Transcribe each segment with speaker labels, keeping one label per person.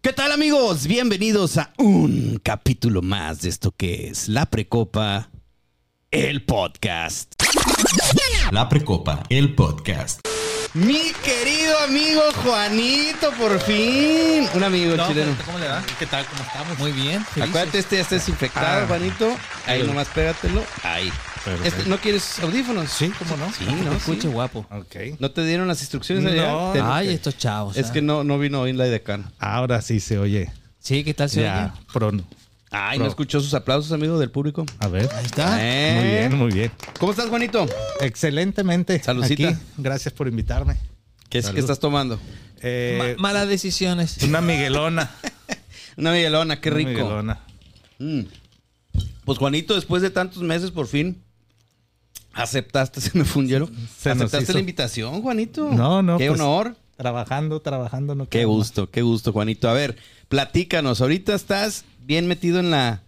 Speaker 1: ¿Qué tal amigos? Bienvenidos a un capítulo más de esto que es La Precopa, el podcast.
Speaker 2: La Precopa, el podcast.
Speaker 1: Mi querido amigo Juanito, por fin. Un amigo
Speaker 3: No,
Speaker 1: chileno.
Speaker 3: ¿Cómo le va? ¿Qué tal? ¿Cómo estamos? Muy bien. felices.
Speaker 1: Acuérdate, este ya está desinfectado,
Speaker 3: Ah.
Speaker 1: Juanito. Ahí
Speaker 3: Sí.
Speaker 1: nomás pégatelo. Ahí. Este, ¿No quieres audífonos?
Speaker 3: Sí, ¿cómo no?
Speaker 1: Sí,
Speaker 3: Ah, que
Speaker 1: ¿no?
Speaker 3: te
Speaker 1: Sí.
Speaker 3: escuche guapo.
Speaker 2: Ok.
Speaker 1: ¿No te dieron las instrucciones
Speaker 3: No.
Speaker 1: allá? Te-
Speaker 3: Ay, estos chavos.
Speaker 1: Es
Speaker 3: ah.
Speaker 1: que no, no vino hoy la decana.
Speaker 2: Ahora sí se oye.
Speaker 3: Sí, ¿qué tal se
Speaker 2: Ya,
Speaker 3: oye?
Speaker 2: pronto.
Speaker 1: Ay, ¿no escuchó sus aplausos, amigo, del público?
Speaker 2: A ver.
Speaker 3: Ahí está.
Speaker 1: Eh.
Speaker 2: Muy bien, muy bien.
Speaker 1: ¿Cómo estás, Juanito?
Speaker 2: Excelentemente.
Speaker 1: Salucita.
Speaker 2: Aquí. Gracias por invitarme.
Speaker 1: ¿Qué, es,
Speaker 2: Salud.
Speaker 1: ¿Qué estás tomando?
Speaker 2: Eh,
Speaker 3: Ma- malas decisiones.
Speaker 2: una miguelona.
Speaker 1: Una miguelona, qué
Speaker 2: Una
Speaker 1: rico.
Speaker 2: miguelona.
Speaker 1: Mm. Pues Juanito, después de tantos meses, por fin aceptaste, se me fue un hielo.
Speaker 2: Se nos
Speaker 1: aceptaste
Speaker 2: hizo.
Speaker 1: la invitación, Juanito.
Speaker 2: No, no,
Speaker 1: Qué
Speaker 2: pues,
Speaker 1: honor.
Speaker 2: Trabajando, trabajando. No
Speaker 1: Qué
Speaker 2: queda más.
Speaker 1: gusto, qué gusto, Juanito. A ver, platícanos. Ahorita estás bien metido en la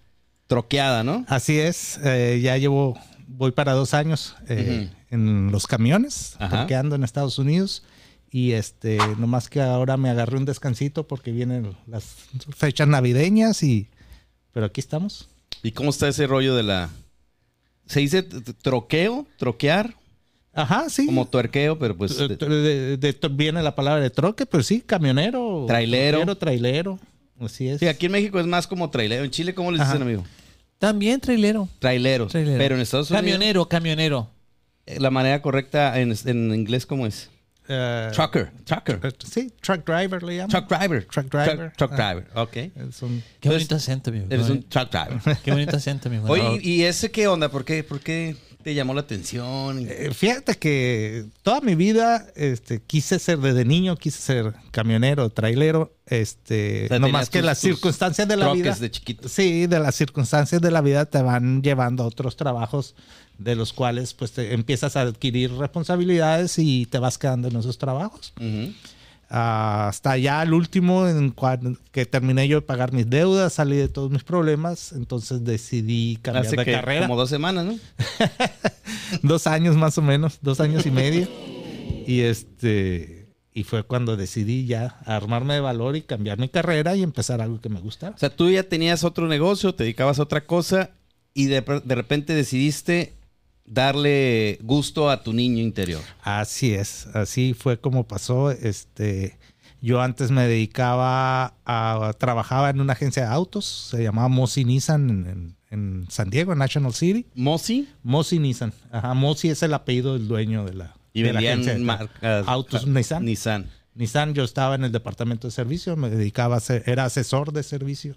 Speaker 1: troqueada, ¿no?
Speaker 2: Así es. eh, ya llevo, voy para dos años eh, en los camiones,
Speaker 1: Ajá.
Speaker 2: porque ando en Estados Unidos. Y este, nomás que ahora me agarré un descansito porque vienen las fechas navideñas y... Pero aquí estamos.
Speaker 1: ¿Y cómo está ese rollo de la. Se dice t- t- troqueo, troquear,
Speaker 2: Ajá, sí.
Speaker 1: como tuerqueo, pero pues.
Speaker 2: Eh,
Speaker 1: de-
Speaker 2: de- de- de- viene la palabra de troque, pero sí, camionero.
Speaker 1: Trailero.
Speaker 2: Trailero, trailero. Así es.
Speaker 1: Sí, aquí en México es más como trailero. En Chile, ¿cómo le dicen,
Speaker 2: Ajá.
Speaker 1: amigo?
Speaker 3: También trailero.
Speaker 1: Traileros.
Speaker 3: Trailero.
Speaker 1: Pero en Estados Unidos.
Speaker 3: Camionero, camionero.
Speaker 1: eh, La manera correcta en, en inglés, ¿cómo es?
Speaker 2: Eh,
Speaker 1: Trucker. Trucker.
Speaker 2: eh, Sí, truck driver le llaman.
Speaker 1: Truck driver.
Speaker 2: Truck driver.
Speaker 1: Truck, truck
Speaker 2: Ah.
Speaker 1: driver. Ok.
Speaker 2: Es un-
Speaker 3: Qué
Speaker 1: Entonces,
Speaker 3: bonito acento, mi
Speaker 1: Eres un truck driver.
Speaker 3: Qué bonito acento, mi
Speaker 1: Oye, ¿y y ese qué onda? ¿Por qué, por qué te llamó la atención?
Speaker 2: Eh, Fíjate que toda mi vida este, quise ser desde niño, quise ser camionero, trailero, este,
Speaker 1: O sea,
Speaker 2: no
Speaker 1: tenías
Speaker 2: más que
Speaker 1: tus-
Speaker 2: las
Speaker 1: tus
Speaker 2: circunstancias de la vida.
Speaker 1: troques de chiquito.
Speaker 2: Sí, de las circunstancias de la vida te van llevando a otros trabajos de los cuales pues te empiezas a adquirir responsabilidades y te vas quedando en esos trabajos.
Speaker 1: Ujú.
Speaker 2: Ah, hasta ya el último en cuan- que terminé yo de pagar mis deudas, salí de todos mis problemas, entonces decidí cambiar
Speaker 1: Hace
Speaker 2: de
Speaker 1: que
Speaker 2: carrera
Speaker 1: como dos semanas, ¿no?
Speaker 2: dos años más o menos, dos años y medio. Y este y fue cuando decidí ya armarme de valor y cambiar mi carrera y empezar algo que me gustaba.
Speaker 1: O sea, tú ya tenías otro negocio, te dedicabas a otra cosa y de, pr- de repente decidiste darle gusto a tu niño interior.
Speaker 2: Así es, así fue como pasó. Este, yo antes me dedicaba a trabajaba en una agencia de autos, se llamaba Mossy Nissan en, en- en San Diego, en National City.
Speaker 1: Mosi
Speaker 2: Mossy Nissan, ajá, Mossy es el apellido del dueño de la
Speaker 1: y
Speaker 2: de la agencia
Speaker 1: vendían
Speaker 2: de
Speaker 1: marcas, ah,
Speaker 2: autos
Speaker 1: ja-
Speaker 2: Nissan.
Speaker 1: Nissan.
Speaker 2: Nissan, yo estaba en el departamento de servicio, me dedicaba a ser, era asesor de servicio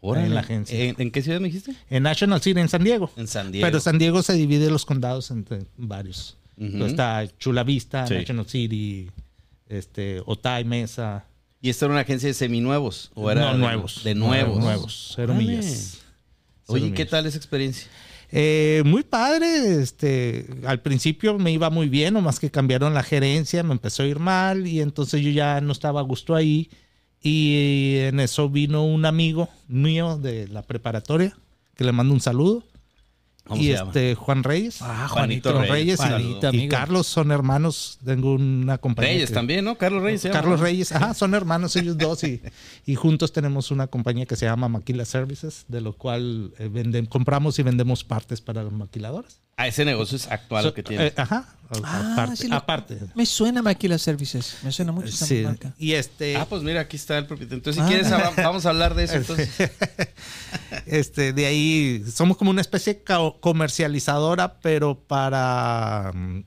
Speaker 1: Órale.
Speaker 2: en la agencia.
Speaker 1: ¿En, en qué ciudad me dijiste?
Speaker 2: En National City, en San Diego.
Speaker 1: En San Diego.
Speaker 2: Pero San Diego se divide los condados entre varios.
Speaker 1: Ujú.
Speaker 2: Entonces Está Chula Vista,
Speaker 1: Sí.
Speaker 2: National City, este, Otay Mesa.
Speaker 1: ¿Y esta era una agencia de seminuevos? ¿O era
Speaker 2: No,
Speaker 1: de-
Speaker 2: nuevos.
Speaker 1: De nuevos.
Speaker 2: Nuevos, cero
Speaker 1: Órale.
Speaker 2: millas.
Speaker 1: Oye,
Speaker 2: Cero
Speaker 1: ¿qué
Speaker 2: millas.
Speaker 1: tal esa experiencia?
Speaker 2: Eh, muy padre, este, al principio me iba muy bien, nomás que cambiaron la gerencia, me empezó a ir mal y entonces yo ya no estaba a gusto ahí y en eso vino un amigo mío de la preparatoria que le mando un saludo
Speaker 1: ¿Cómo
Speaker 2: y
Speaker 1: se llama?
Speaker 2: este Juan Reyes,
Speaker 3: Ah,
Speaker 1: Juanito
Speaker 3: Juanito
Speaker 2: Juan
Speaker 1: Reyes,
Speaker 2: Reyes, y-
Speaker 3: Juanito,
Speaker 2: y,
Speaker 3: amigo.
Speaker 2: Carlos son hermanos, tengo una compañía.
Speaker 1: Reyes
Speaker 2: que-
Speaker 1: también, ¿no? Carlos Reyes. se llama,
Speaker 2: este, Carlos
Speaker 1: ¿no?
Speaker 2: Reyes, ajá, son hermanos ellos dos y, y juntos tenemos una compañía que se llama Maquila Services, de lo cual eh, vende- compramos y vendemos partes para las maquiladoras.
Speaker 1: Ah, ese negocio es actual
Speaker 2: So-
Speaker 1: lo que tiene.
Speaker 2: eh, ajá, a-
Speaker 3: Ah,
Speaker 2: aparte.
Speaker 3: sí lo-
Speaker 2: aparte.
Speaker 3: Me suena Maquila Services. Me suena mucho esa
Speaker 2: Sí.
Speaker 3: marca.
Speaker 2: Y este,
Speaker 1: ah, pues mira, aquí está el propietario. Entonces, si
Speaker 3: Ah.
Speaker 1: quieres, habla- vamos a hablar de eso.
Speaker 2: pues,
Speaker 1: Entonces,
Speaker 2: este, de ahí somos como una especie de co- comercializadora, pero para mm,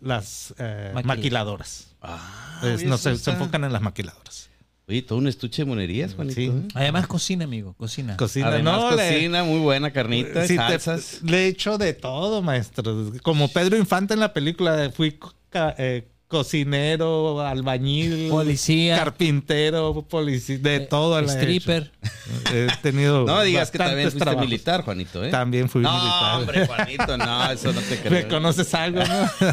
Speaker 2: las eh,
Speaker 3: Maquila-
Speaker 2: maquiladoras.
Speaker 1: ah,
Speaker 2: Es-
Speaker 1: oye,
Speaker 2: no,
Speaker 1: eso
Speaker 2: se, se
Speaker 1: está-
Speaker 2: enfocan en las maquiladoras.
Speaker 1: Oye, todo un estuche de monerías, Juanito.
Speaker 2: Sí.
Speaker 1: ¿eh?
Speaker 3: Además, cocina, amigo. Cocina.
Speaker 2: Cocina,
Speaker 1: Además,
Speaker 2: no, le-
Speaker 1: cocina, muy buena carnita,
Speaker 2: Sí, te-
Speaker 1: salsas.
Speaker 2: le echo de todo, maestro. Como Pedro Infante en la película, fui co- ca- eh, cocinero, albañil,
Speaker 3: Policía.
Speaker 2: carpintero, policía,
Speaker 1: Eh,
Speaker 2: de todo. le he
Speaker 3: Eh, stripper.
Speaker 2: hecho. He tenido.
Speaker 1: No digas que también
Speaker 2: bastantes
Speaker 1: fuiste
Speaker 2: trabajos.
Speaker 1: militar, Juanito, ¿eh?
Speaker 2: También fui
Speaker 1: no,
Speaker 2: militar.
Speaker 1: hombre, Juanito, no, eso no te creo.
Speaker 2: ¿Reconoces algo, no?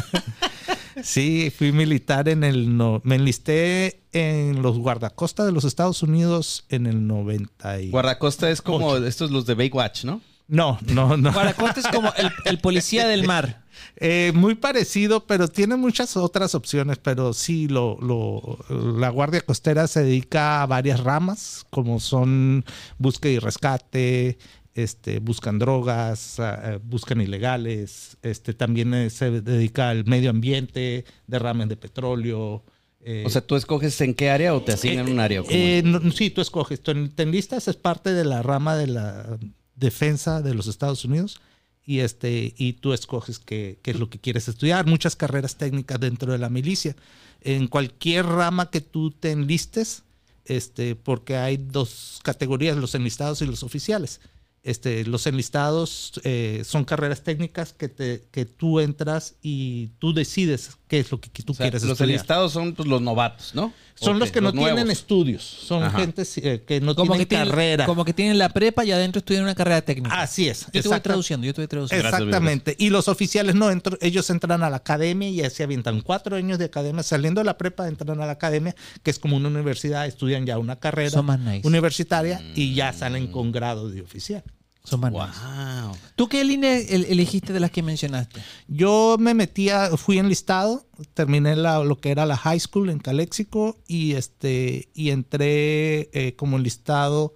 Speaker 2: sí, fui militar en el. No, me enlisté en los guardacostas de los Estados Unidos en el 90. y-
Speaker 1: Guardacosta es como estos los de Baywatch, ¿no?
Speaker 2: No, no, no.
Speaker 3: Guaracote es como el, el policía del mar.
Speaker 2: Eh, muy parecido, pero tiene muchas otras opciones. Pero sí, lo, lo- la Guardia Costera se dedica a varias ramas, como son búsqueda y rescate, este, buscan drogas, ah, eh, buscan ilegales, este, también eh, se dedica al medio ambiente, derramen de petróleo. eh,
Speaker 1: O sea, tú escoges en qué área o te asignan un área. o cómo?
Speaker 2: eh, no, sí, tú escoges. Tú en- te enlistas, es parte de la rama de la defensa de los Estados Unidos y, este, y tú escoges qué, qué es lo que quieres estudiar. Muchas carreras técnicas dentro de la milicia. En cualquier rama que tú te enlistes, este, porque hay dos categorías, los enlistados y los oficiales. Este, los enlistados eh, son carreras técnicas que, te, que tú entras y tú decides qué es lo que tú
Speaker 1: O sea,
Speaker 2: quieres
Speaker 1: los
Speaker 2: estudiar.
Speaker 1: enlistados son pues, los novatos, ¿no?
Speaker 2: Son
Speaker 1: Ok,
Speaker 2: los que no tienen
Speaker 1: nuevos.
Speaker 2: estudios, son
Speaker 1: Ajá.
Speaker 2: gente eh, que no
Speaker 3: Como que
Speaker 2: tienen
Speaker 3: tienen,
Speaker 2: carrera. Ah,
Speaker 3: Como que tienen la prepa y adentro estudian una carrera técnica.
Speaker 2: Así es.
Speaker 3: yo te voy
Speaker 2: exacta-
Speaker 3: traduciendo, yo te voy traduciendo.
Speaker 1: Gracias,
Speaker 2: Exactamente. Y los oficiales no, entro- ellos entran a la academia y ya se avientan cuatro años de academia, saliendo de la prepa entran a la academia, que es como una universidad, estudian ya una carrera
Speaker 3: Son más nice.
Speaker 2: universitaria y
Speaker 1: Mm.
Speaker 2: ya salen con grado de oficial.
Speaker 3: Son más nice.
Speaker 2: Ah,
Speaker 1: Wow.
Speaker 3: ¿Tú qué línea el- elegiste de las que mencionaste?
Speaker 2: Yo me metía, fui enlistado, terminé la, lo que era la high school en Caléxico y, este, y entré eh, como enlistado.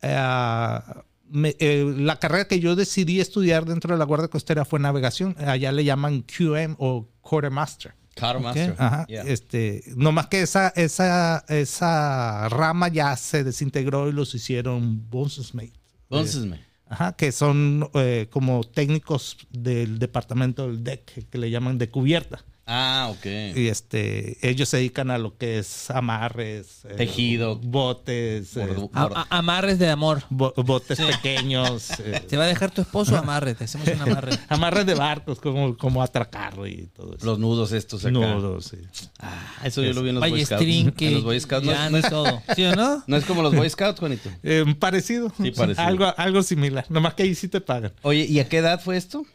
Speaker 2: eh, me- eh, la carrera que yo decidí estudiar dentro de la Guardia Costera fue navegación. Allá le llaman QM o Quartermaster. Eh,
Speaker 1: Quartermaster.
Speaker 2: Ajá.
Speaker 1: Yeah.
Speaker 2: Este, no más que esa, esa, esa rama ya se desintegró y los hicieron Bones Mate.
Speaker 1: Entonces, me-
Speaker 2: Ajá, que son eh, como técnicos del departamento del DEC, que le llaman de cubierta.
Speaker 1: Ah, ok.
Speaker 2: Y este, ellos se dedican a lo que es amarres, eh,
Speaker 1: Tejido.
Speaker 2: botes, eh,
Speaker 1: Bordu-
Speaker 3: A-
Speaker 1: bor-
Speaker 3: a- amarres de amor.
Speaker 2: bo- botes pequeños, eh,
Speaker 3: Te va a dejar tu esposo, amarre, te hacemos un amarre.
Speaker 2: amarres de barcos, como, como atracar y todo eso.
Speaker 1: Los nudos estos acá.
Speaker 2: nudos. sí.
Speaker 1: Ah, eso
Speaker 2: Este,
Speaker 1: yo lo vi en los Boy Scouts.
Speaker 3: Ballestrinque,
Speaker 1: En los Boy Scouts. No, es- no
Speaker 3: llano,
Speaker 1: es,
Speaker 3: todo. ¿Sí o no?
Speaker 1: no es como los Boy Scouts, Juanito.
Speaker 2: Eh, parecido.
Speaker 1: Sí, parecido.
Speaker 2: Algo, algo similar. Nomás que ahí sí te pagan.
Speaker 1: Oye, ¿y a qué edad fue esto?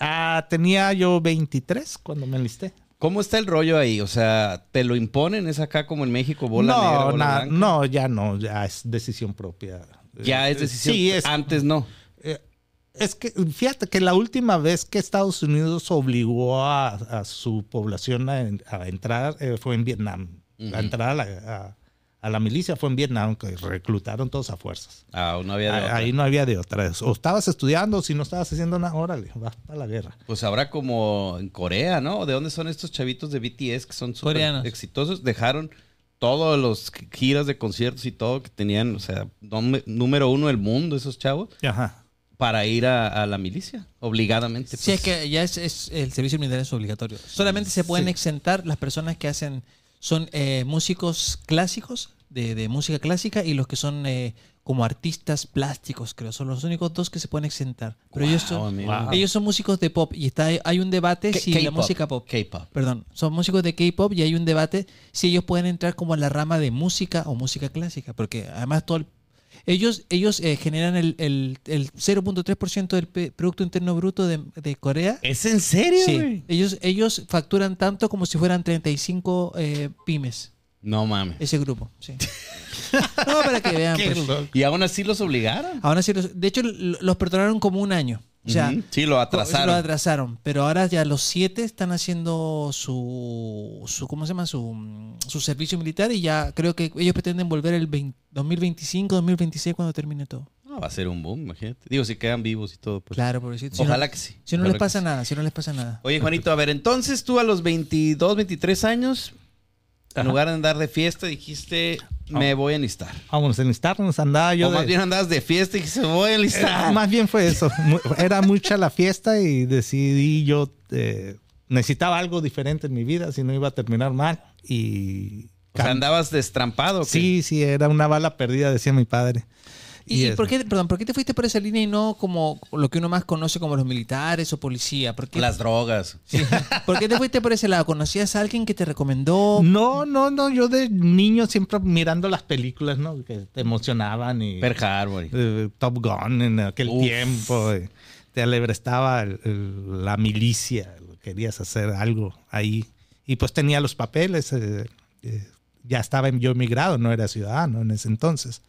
Speaker 2: Ah, tenía yo 23 cuando me enlisté.
Speaker 1: ¿Cómo está el rollo ahí? O sea, ¿te lo imponen? ¿Es acá como en México, bola
Speaker 2: no,
Speaker 1: negra, bola
Speaker 2: na-
Speaker 1: blanca?
Speaker 2: no, ya no, ya es decisión propia.
Speaker 1: Ya es decisión.
Speaker 2: Sí, es,
Speaker 1: Antes no.
Speaker 2: eh, es que fíjate que la última vez que Estados Unidos obligó a, a su población a, en- a entrar eh, fue en Vietnam,
Speaker 1: Ujú.
Speaker 2: a entrar a la, a- a la milicia fue en Vietnam, que reclutaron todos a fuerzas.
Speaker 1: Ah, no había de
Speaker 2: A-
Speaker 1: otra.
Speaker 2: Ahí no había de otra. O estabas estudiando, o si no estabas haciendo nada, órale, vas para la guerra.
Speaker 1: Pues habrá como en Corea, ¿no? ¿De dónde son estos chavitos de BTS que son súper
Speaker 3: Coreanos.
Speaker 1: exitosos? Dejaron todos los giras de conciertos y todo que tenían, o sea, nom- número uno del mundo esos chavos,
Speaker 2: Ajá.
Speaker 1: para ir a, a la milicia, obligadamente.
Speaker 3: Sí,
Speaker 1: pues.
Speaker 3: es que ya es, es- el servicio militar es obligatorio. Solamente se pueden exentar las personas que hacen, son eh, músicos clásicos, de, de música clásica, y los que son eh, como artistas plásticos, creo. Son los únicos dos que se pueden exentar. Pero ellos,
Speaker 1: Wow,
Speaker 3: son,
Speaker 1: amigo.
Speaker 3: ellos son músicos de pop, y está hay un debate
Speaker 1: Ah. K-
Speaker 3: si la
Speaker 1: K-pop,
Speaker 3: música pop.
Speaker 1: K-pop.
Speaker 3: Perdón, son músicos de K-pop y hay un debate si ellos pueden entrar como a la rama de música o música clásica, porque además todo el- ellos ellos eh, generan el, el, el 0.3% del P- producto interno bruto de, de Corea.
Speaker 1: ¿Es en serio, güey?
Speaker 3: Sí, ellos ellos facturan tanto como si fueran 35 eh, pymes
Speaker 1: No mames.
Speaker 3: ese grupo, sí. No, para que vean. pues.
Speaker 1: Y aún así los obligaron.
Speaker 3: Ahora sí, los- de hecho lo- los perdonaron como un año. O sea,
Speaker 1: Ujú. Sí, lo atrasaron.
Speaker 3: lo atrasaron, pero ahora ya los siete están haciendo su, su ¿cómo se llama? Su, mm, su servicio militar y ya creo que ellos pretenden volver el 20 2025, 2026 cuando termine todo.
Speaker 1: No, va a ser un boom, imagínate. Digo, si quedan vivos y todo. Pues.
Speaker 3: Claro, pobrecito. Si
Speaker 1: Ojalá
Speaker 3: no,
Speaker 1: que sí.
Speaker 3: Si no
Speaker 1: Ojalá
Speaker 3: les
Speaker 1: que
Speaker 3: pasa
Speaker 1: sí.
Speaker 3: nada, si no les pasa nada.
Speaker 1: Oye, Juanito, a ver, entonces tú a los 22, 23 años, en lugar de andar de fiesta, dijiste, me voy a enlistar.
Speaker 2: Vámonos a enlistarnos, andaba yo
Speaker 1: o
Speaker 2: de- eh,
Speaker 1: más bien andabas Ah. de Eh, fiesta y dijiste, me voy a enlistar.
Speaker 2: Más bien fue eso. Mu- Era mucha la fiesta y decidí yo eh, necesitaba algo diferente en mi vida, si no iba a terminar mal. Y
Speaker 1: o sea, andabas destrampado. ¿o qué?
Speaker 2: sí, sí, era una bala perdida, decía mi padre.
Speaker 3: ¿Y, y
Speaker 2: es-
Speaker 3: por qué, perdón, por qué te fuiste por esa línea y no como lo que uno más conoce como los militares o policía? ¿Por qué,
Speaker 1: Las drogas.
Speaker 3: ¿por qué te fuiste por ese lado? ¿Conocías a alguien que te recomendó?
Speaker 2: No, no, no. Yo de niño siempre mirando las películas, ¿no? Que te emocionaban y
Speaker 1: Pearl Harbor.
Speaker 2: eh, Top Gun en aquel
Speaker 1: Uf.
Speaker 2: tiempo. y te alebrestaba el- el- la milicia. Querías hacer algo ahí. Y pues tenía los papeles. eh, eh, ya estaba en- yo emigrado, no era ciudadano en ese entonces.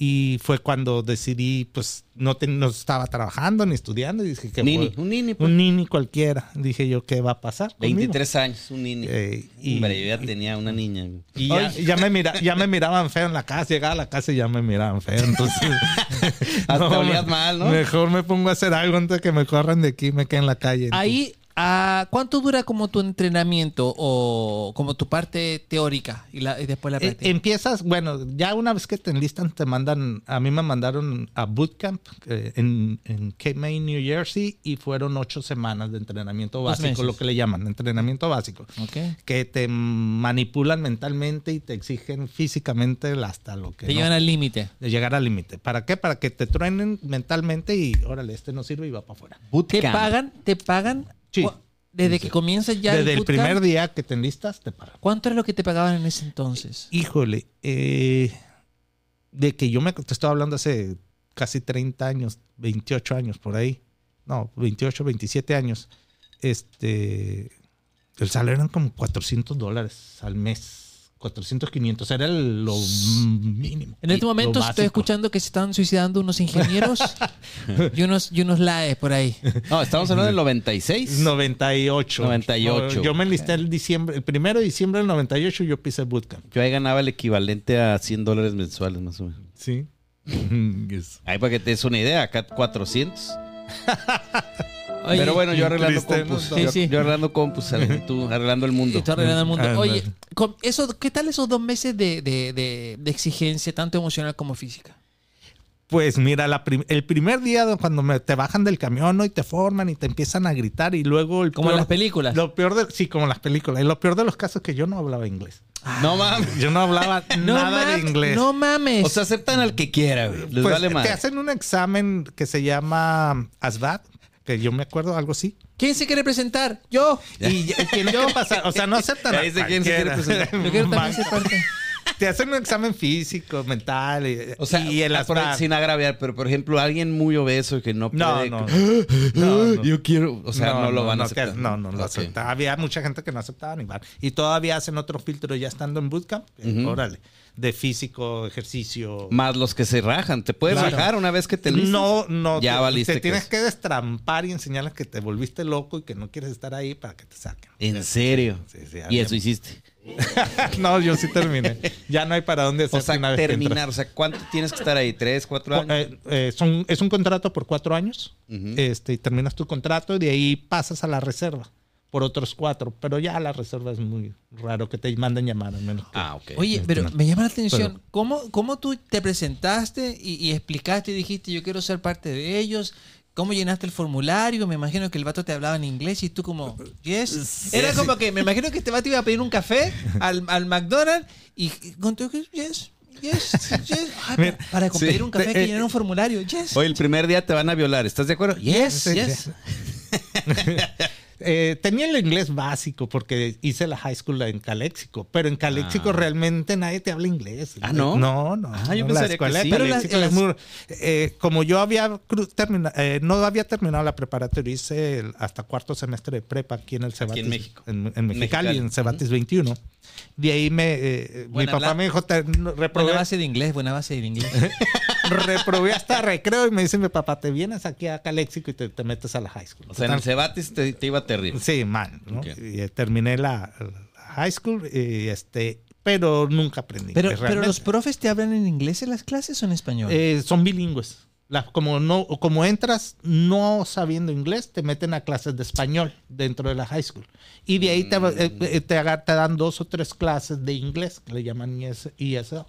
Speaker 2: Y fue cuando decidí, pues no, te- no estaba trabajando ni estudiando. Y dije que
Speaker 1: Nini, un nini, pues.
Speaker 2: un nini cualquiera. Dije yo, ¿qué va a pasar? conmigo?
Speaker 1: 23 años, un nini.
Speaker 2: Eh, y-
Speaker 1: Hombre, yo ya tenía una niña. güey.
Speaker 2: Y ya,
Speaker 1: Ay,
Speaker 2: ya me mira, ya me miraban feo en la casa, llegaba a la casa y ya me miraban feo. Entonces,
Speaker 1: Hasta
Speaker 2: no,
Speaker 1: olías mal, ¿no?
Speaker 2: Mejor me pongo a hacer algo antes de que me corran de aquí y me quede en la calle.
Speaker 3: Ahí, ah, ¿cuánto dura como tu entrenamiento o como tu parte teórica y, la- y
Speaker 1: E,
Speaker 3: después la
Speaker 2: Eh,
Speaker 3: práctica?
Speaker 2: empiezas, bueno, ya una vez que te enlistan, te mandan, a mí me mandaron a bootcamp eh, en, en Cape May, New Jersey, y fueron ocho semanas de entrenamiento
Speaker 3: Dos
Speaker 2: básico,
Speaker 3: meses.
Speaker 2: lo que le llaman entrenamiento básico,
Speaker 3: Ok.
Speaker 2: que te manipulan mentalmente y te exigen físicamente hasta lo que...
Speaker 3: Te
Speaker 2: no.
Speaker 3: llevan al límite.
Speaker 2: de llegar al límite. ¿Para qué? Para que te truenen mentalmente y órale, este no sirve y va para afuera.
Speaker 3: ¿Te
Speaker 1: bootcamp.
Speaker 3: pagan? ¿Te pagan?
Speaker 2: Sí.
Speaker 3: Cu- Desde que
Speaker 2: Sí.
Speaker 3: comienzas ya
Speaker 2: Desde el
Speaker 3: bootcamp,
Speaker 2: primer día que te enlistas, te pagan.
Speaker 3: ¿Cuánto era lo que te pagaban en ese entonces?
Speaker 2: Híjole, eh, de que yo me te estoy hablando hace casi 30 años, 28 años por ahí. No, 28, 27 años. Este, el salario eran como 400 dólares al mes. 400, 500 era el- lo mínimo.
Speaker 3: En este
Speaker 2: lo
Speaker 3: momento estoy
Speaker 2: básico.
Speaker 3: escuchando que se están suicidando unos ingenieros y unos, y unos laes por ahí.
Speaker 1: No, estamos hablando del 96.
Speaker 2: 98.
Speaker 1: 98.
Speaker 2: Yo me enlisté el diciembre, el primero de diciembre del 98 yo pisé bootcamp.
Speaker 1: Yo ahí ganaba el equivalente a 100 dólares mensuales, más o menos.
Speaker 2: Sí.
Speaker 1: Ahí para que te des una idea, acá 400.
Speaker 3: Oye,
Speaker 1: Pero bueno, yo arreglando
Speaker 2: triste, ¿no?
Speaker 1: compus.
Speaker 3: Sí,
Speaker 1: yo,
Speaker 3: sí.
Speaker 1: yo arreglando compus, Ale, tú arreglando el mundo.
Speaker 3: Está arreglando el mundo.
Speaker 2: Ah,
Speaker 3: Oye,
Speaker 2: bueno.
Speaker 3: con eso, ¿qué tal esos dos meses de, de- de- de exigencia, tanto emocional como física?
Speaker 2: Pues mira, la prim- el primer día de- cuando me- te bajan del camión ¿no? y te forman y te empiezan a gritar y luego el
Speaker 3: Como en
Speaker 2: peor-
Speaker 3: las películas.
Speaker 2: Lo peor de, sí, como en las películas. Y lo peor de los casos es que yo no hablaba inglés.
Speaker 1: No mames.
Speaker 2: Yo no hablaba nada de
Speaker 3: mames,
Speaker 2: inglés.
Speaker 3: No mames.
Speaker 1: O sea, aceptan al que quiera, güey. Les
Speaker 2: Pues,
Speaker 1: vale
Speaker 2: te
Speaker 1: más.
Speaker 2: hacen un examen que se llama ASVAB, que yo me acuerdo algo así.
Speaker 3: ¿Quién se quiere presentar? Yo.
Speaker 2: Y ya- tienes que pasar, o sea, no aceptan.
Speaker 1: Ahí dice quién se quiere
Speaker 2: cualquiera.
Speaker 1: presentar.
Speaker 3: Yo quiero
Speaker 2: Van-
Speaker 3: también ser parte.
Speaker 2: Te hacen un examen físico, mental. Y,
Speaker 1: O sea,
Speaker 2: y el
Speaker 1: ah, por-
Speaker 2: azar.
Speaker 1: sin agraviar, pero por ejemplo, alguien muy obeso que no
Speaker 2: No,
Speaker 1: puede.
Speaker 2: no.
Speaker 1: "Ah,
Speaker 2: No, no.
Speaker 1: Yo quiero. O sea, no, lo van a
Speaker 2: no, que-
Speaker 1: aceptar.
Speaker 2: No, no lo
Speaker 1: Ok.
Speaker 2: aceptan. Había mucha gente que no aceptaba ni van. Y todavía hacen otro filtro ya estando en bootcamp. eh,
Speaker 1: Ujú.
Speaker 2: Órale. De físico, ejercicio.
Speaker 1: Más los que se rajan. Te puedes
Speaker 2: Claro.
Speaker 1: rajar una vez que te listas?
Speaker 2: No, no.
Speaker 1: Ya
Speaker 2: te,
Speaker 1: valiste
Speaker 2: Te
Speaker 1: que
Speaker 2: tienes
Speaker 1: es.
Speaker 2: que destrampar y enseñarles que te volviste loco y que no quieres estar ahí para que te saquen.
Speaker 1: En serio.
Speaker 2: Sí, sí,
Speaker 1: y
Speaker 2: había-
Speaker 1: eso hiciste.
Speaker 2: no, yo sí terminé. Ya no hay para dónde hacer
Speaker 1: O sea, terminar. O sea, ¿cuánto tienes que estar ahí? ¿Tres, cuatro años?
Speaker 2: Eh, eh, son- es un contrato por cuatro años.
Speaker 1: Ujú.
Speaker 2: este, y terminas tu contrato y de ahí pasas a la reserva por otros cuatro. Pero ya la reserva es muy raro que te manden llamar, al menos. que-
Speaker 1: Ah, ok.
Speaker 3: Oye, pero me llama la atención,
Speaker 2: Pero-
Speaker 3: ¿cómo, cómo tú te presentaste y, y explicaste y dijiste yo quiero ser parte de ellos? ¿Cómo llenaste el formulario? Me imagino que el vato te hablaba en inglés y tú como, yes. Era como que, me imagino que este vato iba a pedir un café al, al McDonald's y contó que, yes, yes, yes. Ah,
Speaker 2: Mira,
Speaker 3: pa- para
Speaker 1: sí,
Speaker 3: pedir un café hay
Speaker 1: te-
Speaker 3: que llenar un formulario, yes.
Speaker 1: Oye, el primer día te van a violar. ¿Estás de acuerdo? Yes,
Speaker 2: Sí,
Speaker 1: yes.
Speaker 2: sí. Eh, tenía el inglés básico porque hice la high school en Caléxico, pero en Caléxico
Speaker 1: Ah.
Speaker 2: realmente nadie te habla inglés.
Speaker 1: Ah, ¿no?
Speaker 2: No, no.
Speaker 1: Ah, yo
Speaker 2: no,
Speaker 1: pensaría
Speaker 2: la
Speaker 1: que
Speaker 2: escuela de
Speaker 1: sí.
Speaker 2: Caléxico
Speaker 3: Pero las-
Speaker 2: es muy- eh, como yo había cru- termina- eh, no había terminado la preparatoria, hice el- hasta cuarto semestre de prepa aquí en el Cebatis.
Speaker 1: en México.
Speaker 2: En, en Mexicali,
Speaker 1: Mexicali.
Speaker 2: en Cebatis 21. De ahí me, eh, mi
Speaker 3: Buena
Speaker 2: papá
Speaker 3: habla-
Speaker 2: me dijo, te, no,
Speaker 3: buena
Speaker 2: reprobé,
Speaker 3: base de inglés, buena base de inglés.
Speaker 2: reprobé hasta recreo y me dice mi papá, te vienes aquí a Caléxico y te, te metes a la high school.
Speaker 1: O sea, en el
Speaker 2: Total,
Speaker 1: Cebatis te, te iba terrible.
Speaker 2: Sí, mal. ¿no?
Speaker 1: Ok.
Speaker 2: Y, eh, terminé la, la high school, y, este, pero nunca aprendí.
Speaker 3: Pero,
Speaker 2: inglés
Speaker 3: pero los
Speaker 2: realmente.
Speaker 3: profes te hablan en inglés en las clases o en español?
Speaker 2: Eh, son bilingües. La- como, no, como entras no sabiendo inglés, te meten a clases de español dentro de la high school. Y de ahí te, eh,
Speaker 1: Mm.
Speaker 2: eh, te, aga- te dan dos o tres clases de inglés, que le llaman ES ESL.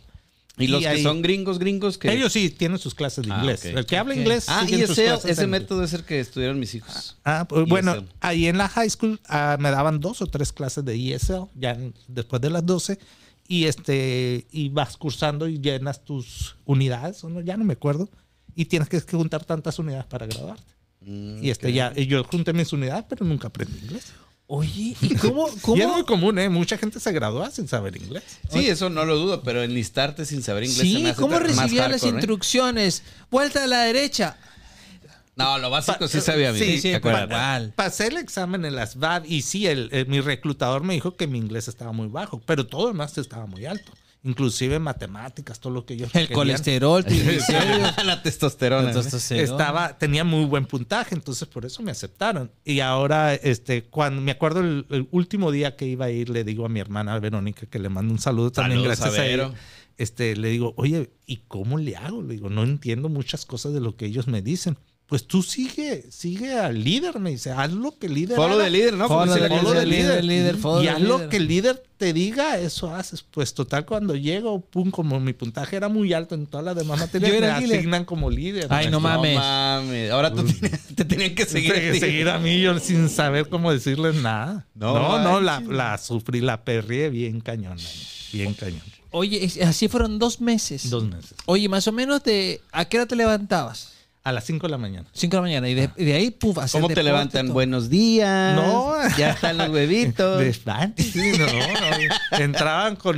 Speaker 1: Y los
Speaker 2: Y
Speaker 1: que
Speaker 2: ahí-
Speaker 1: son gringos, gringos que.
Speaker 2: Ellos sí tienen sus clases de
Speaker 1: Ah,
Speaker 2: inglés.
Speaker 1: ok.
Speaker 2: El que habla
Speaker 3: Ok.
Speaker 2: inglés.
Speaker 1: ah,
Speaker 2: siguen
Speaker 1: y
Speaker 2: sus
Speaker 1: ese,
Speaker 2: clases
Speaker 1: ese
Speaker 2: en inglés.
Speaker 1: método es el que estudiaron mis hijos.
Speaker 2: Ah, pues, bueno,
Speaker 1: ESL.
Speaker 2: ahí en la high school ah, me daban dos o tres clases de ESL, ya en- después de las 12, y, este, y vas cursando y llenas tus unidades, o no, ya no me acuerdo, y tienes que juntar tantas unidades para graduarte.
Speaker 1: Mm,
Speaker 2: Y este,
Speaker 1: ok.
Speaker 2: ya, y yo junté mis unidades, pero nunca aprendí inglés.
Speaker 3: Oye, ¿y cómo, cómo,
Speaker 2: Y es muy común, ¿eh? Mucha gente se gradúa sin saber inglés.
Speaker 1: Sí, eso no lo dudo, pero enlistarte sin saber inglés. se
Speaker 3: Sí,
Speaker 1: me hace
Speaker 3: ¿cómo
Speaker 1: más
Speaker 3: recibía las
Speaker 1: hardcore, ¿eh?
Speaker 3: instrucciones? Vuelta a la derecha.
Speaker 1: No, lo básico sí sabía bien.
Speaker 3: Sí, sí,
Speaker 1: acuérdate.
Speaker 3: igual.
Speaker 2: Pasé el examen en las VAD y sí, el, eh, mi reclutador me dijo que mi inglés estaba muy bajo, pero todo lo demás estaba muy alto. inclusive matemáticas, todo lo que ellos
Speaker 3: El
Speaker 2: querían.
Speaker 3: colesterol, triglicéridos.
Speaker 1: la testosterona. ¿eh?
Speaker 3: Testosterona.
Speaker 2: Estaba, tenía muy buen puntaje, entonces por eso me aceptaron. Y ahora, este, cuando me acuerdo el, el último día que iba a ir, le digo a mi hermana Verónica que le mando un saludo también,
Speaker 1: Saludos
Speaker 2: gracias a,
Speaker 1: Vero.
Speaker 2: ella. Este, le digo, oye, ¿y cómo le hago? Le digo, no entiendo muchas cosas de lo que ellos me dicen. Pues tú sigue, sigue al líder, me dice, haz lo que el líder.
Speaker 1: Follow
Speaker 2: haga.
Speaker 1: the leader, ¿no? Como
Speaker 3: Follow
Speaker 1: dice
Speaker 3: the
Speaker 1: la
Speaker 2: follow
Speaker 1: canción.
Speaker 2: the
Speaker 3: leader, leader, follow
Speaker 2: y
Speaker 3: the
Speaker 2: haz
Speaker 3: leader.
Speaker 2: lo que el líder te diga, eso haces. Pues total, cuando llego, pum, como mi puntaje era muy alto en todas las demás materias,
Speaker 3: Yo
Speaker 2: me
Speaker 3: era el líder.
Speaker 2: asignan como líder.
Speaker 3: Ay, no
Speaker 2: maestro.
Speaker 3: mames.
Speaker 1: No mames. Ahora tú tienes- te tenían que seguir. a
Speaker 2: Seguir,
Speaker 1: ti.
Speaker 2: seguir a mí yo sin saber cómo decirles nada.
Speaker 1: No
Speaker 2: No, no, la,
Speaker 1: manches.
Speaker 2: la sufrí, la perrié bien cañón. ahí, Bien cañón.
Speaker 3: Oye, es- así fueron dos meses.
Speaker 2: Dos meses.
Speaker 3: Oye, más o menos de a qué hora te levantabas?
Speaker 2: A las 5 de la mañana.
Speaker 3: Cinco de la mañana. Y de, y de ahí, puf, hacer
Speaker 1: ¿Cómo te
Speaker 3: deporte,
Speaker 1: levantan?
Speaker 3: todo.
Speaker 1: Buenos días.
Speaker 2: No.
Speaker 1: Ya están los huevitos.
Speaker 2: De espanto, sí, no, no. Entraban con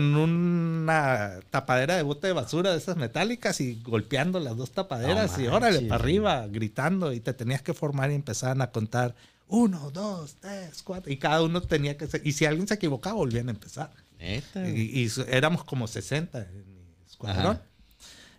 Speaker 2: una tapadera de bote de basura de esas metálicas y golpeando las dos tapaderas
Speaker 1: No
Speaker 2: y órale
Speaker 1: manches.
Speaker 2: para arriba, gritando. Y te tenías que formar y empezaban a contar uno, dos, tres, cuatro. Y cada uno tenía que. ser- Y si alguien se equivocaba, volvían a empezar.
Speaker 1: Neta.
Speaker 2: Y, y so- éramos como 60 en mi escuadrón.
Speaker 1: Ah. Ajá.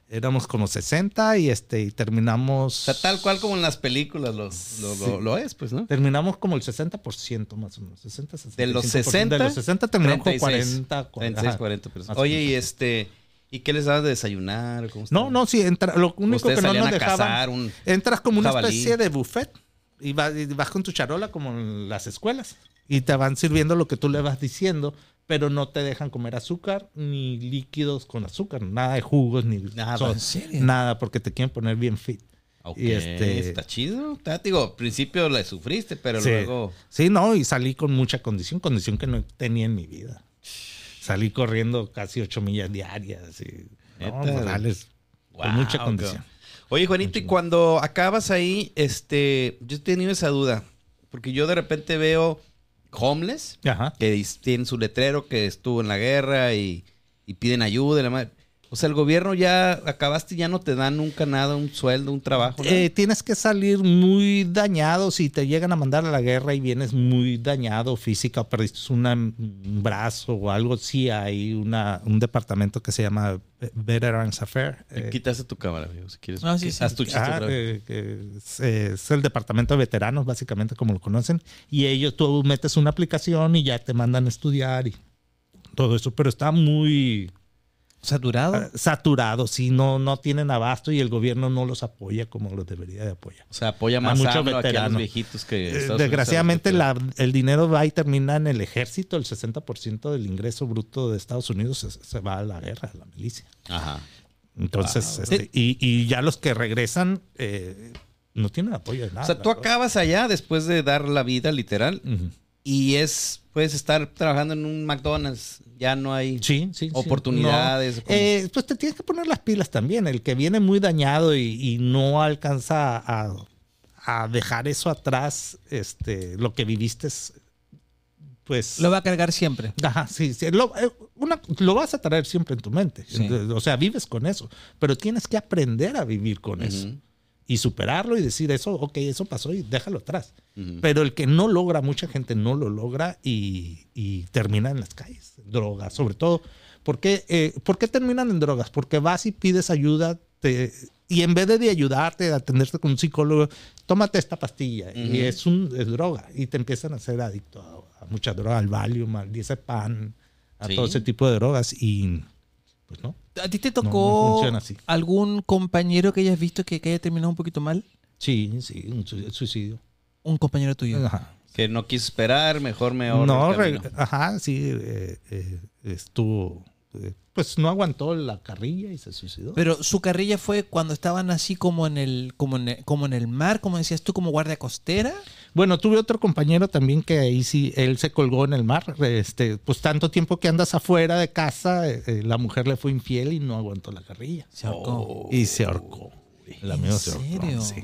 Speaker 2: Éramos como 60 y este y terminamos.
Speaker 1: O sea, tal cual como en las películas lo, lo, lo- lo es, pues, ¿no?
Speaker 2: Terminamos como el 60% más o menos. 60, 65%.
Speaker 1: De los 60,
Speaker 2: De los 60 terminamos con
Speaker 1: 36,
Speaker 2: 40. cua-
Speaker 1: 36,
Speaker 2: ajá.
Speaker 1: 40 personas.
Speaker 2: Más o
Speaker 1: Oye,
Speaker 2: menos.
Speaker 1: y este, ¿y qué les dabas de desayunar? ¿Cómo
Speaker 2: No, no, sí, entra, lo único
Speaker 1: Ustedes
Speaker 2: que no
Speaker 1: salían
Speaker 2: nos
Speaker 1: a
Speaker 2: dejaban.
Speaker 1: cazar un-
Speaker 2: entras como una
Speaker 1: jabalí.
Speaker 2: especie de buffet y vas, y vas con tu charola como en las escuelas y te van sirviendo lo que tú le vas diciendo, pero no te dejan comer azúcar ni líquidos con azúcar, nada de jugos ni
Speaker 1: Nada,
Speaker 2: sodas,
Speaker 3: ¿en serio?
Speaker 2: nada porque te quieren poner bien fit.
Speaker 1: Ah, Ok,
Speaker 2: y este-
Speaker 1: Está chido. Está, digo, al principio le sufriste, pero
Speaker 2: sí.
Speaker 1: luego.
Speaker 2: Sí, no, y salí con mucha condición, condición que no tenía en mi vida. Salí corriendo casi 8 millas diarias y no,
Speaker 1: Neta.
Speaker 2: Morales,
Speaker 1: Wow,
Speaker 2: con mucha
Speaker 1: cabrón.
Speaker 2: condición.
Speaker 1: Oye, Juanito, y cuando acabas ahí, este, yo he tenido esa duda, porque yo de repente veo homeless
Speaker 2: Ajá.
Speaker 1: que dis- tienen su letrero que estuvo en la guerra y, y piden ayuda. y la madre. O sea, el gobierno ya acabaste y ya no te dan nunca nada, un sueldo, un trabajo. nada.
Speaker 2: Eh, tienes que salir muy dañado si te llegan a mandar a la guerra y vienes muy dañado física, perdiste una- un brazo o algo. Sí, hay una, un departamento que se llama Veterans Affair.
Speaker 1: Eh,
Speaker 2: eh,
Speaker 1: Quitaste tu cámara, amigo, si quieres.
Speaker 3: No, Ah, sí,
Speaker 1: que-
Speaker 3: sí.
Speaker 1: Haz tu chiste
Speaker 2: Ajá,
Speaker 1: otra vez.
Speaker 2: eh, que es, eh, es el departamento de veteranos, básicamente, como lo conocen. Y ellos, tú metes una aplicación y ya te mandan a estudiar y todo eso. Pero está muy
Speaker 3: ¿Saturado?
Speaker 2: ah, saturado, si no, no tienen abasto y el gobierno no los apoya como los debería de apoyar.
Speaker 1: O sea, apoya
Speaker 2: a
Speaker 1: más
Speaker 2: mucho
Speaker 1: a, AMLO que a los
Speaker 2: veterano.
Speaker 1: viejitos que...
Speaker 2: Eh,
Speaker 1: Estados Unidos
Speaker 2: Desgraciadamente,
Speaker 1: se los
Speaker 2: la- el dinero va y termina en el ejército. El 60% del ingreso bruto de Estados Unidos se, se va a la guerra, a la milicia.
Speaker 1: metió. Ajá.
Speaker 2: Entonces, este, y, y ya los que regresan eh, no tienen apoyo de nada.
Speaker 1: O sea, tú acabas allá después de dar la vida, literal,
Speaker 2: Ujú.
Speaker 1: y es... Puedes estar trabajando en un McDonald's, ya no hay...
Speaker 2: Sí, sí. sí.
Speaker 1: Oportunidades,
Speaker 2: No.
Speaker 1: como-
Speaker 2: Eh, pues te tienes que poner las pilas también. El que viene muy dañado y, y no alcanza a, a dejar eso atrás, este, lo que viviste, es, pues.
Speaker 3: Lo va a cargar siempre.
Speaker 2: Ajá, sí, sí. Lo, eh, una- lo vas a traer siempre en tu mente.
Speaker 3: Sí.
Speaker 2: Entonces, O sea, vives con eso, pero tienes que aprender a vivir con eso
Speaker 1: Ujú,
Speaker 2: y superarlo y decir eso, ok, eso pasó y déjalo atrás.
Speaker 1: ujú.
Speaker 2: Pero el que no logra, mucha gente no lo logra y, y termina en las calles, drogas, sobre todo. ¿Por qué, eh, por qué terminan en drogas? Porque vas y pides ayuda te- y en vez de, de ayudarte, de atenderte con un psicólogo, tómate esta pastilla
Speaker 1: Ujú.
Speaker 2: y es, un, es droga y te empiezan a ser adicto a, a muchas drogas, al Valium, al Diazepam, a
Speaker 1: Sí.
Speaker 2: todo ese tipo de drogas y pues no.
Speaker 3: ¿A ti te
Speaker 2: no
Speaker 3: tocó
Speaker 2: funciona así.
Speaker 3: algún compañero que hayas visto que, que haya terminado un poquito mal?
Speaker 2: Sí, sí, un su- suicidio.
Speaker 3: Un compañero tuyo.
Speaker 2: Ajá.
Speaker 1: Que no quiso esperar, mejor me ahorro
Speaker 2: No,
Speaker 1: el
Speaker 2: re-
Speaker 1: camino.
Speaker 2: ajá, sí, eh, eh, estuvo, eh, pues no aguantó la carrilla y se suicidó.
Speaker 3: Pero su carrilla fue cuando estaban así como en el, como en el, como en el mar, como decías tú, como guardia costera.
Speaker 2: Bueno, tuve otro compañero también que ahí sí, él se colgó en el mar, este, pues tanto tiempo que andas afuera de casa, eh, eh, la mujer le fue infiel y no aguantó la carrilla.
Speaker 3: Se
Speaker 1: Oh,
Speaker 3: ahorcó.
Speaker 2: Y se ahorcó. El amigo
Speaker 3: ¿En
Speaker 2: se ahorcó,
Speaker 3: serio?
Speaker 2: sí.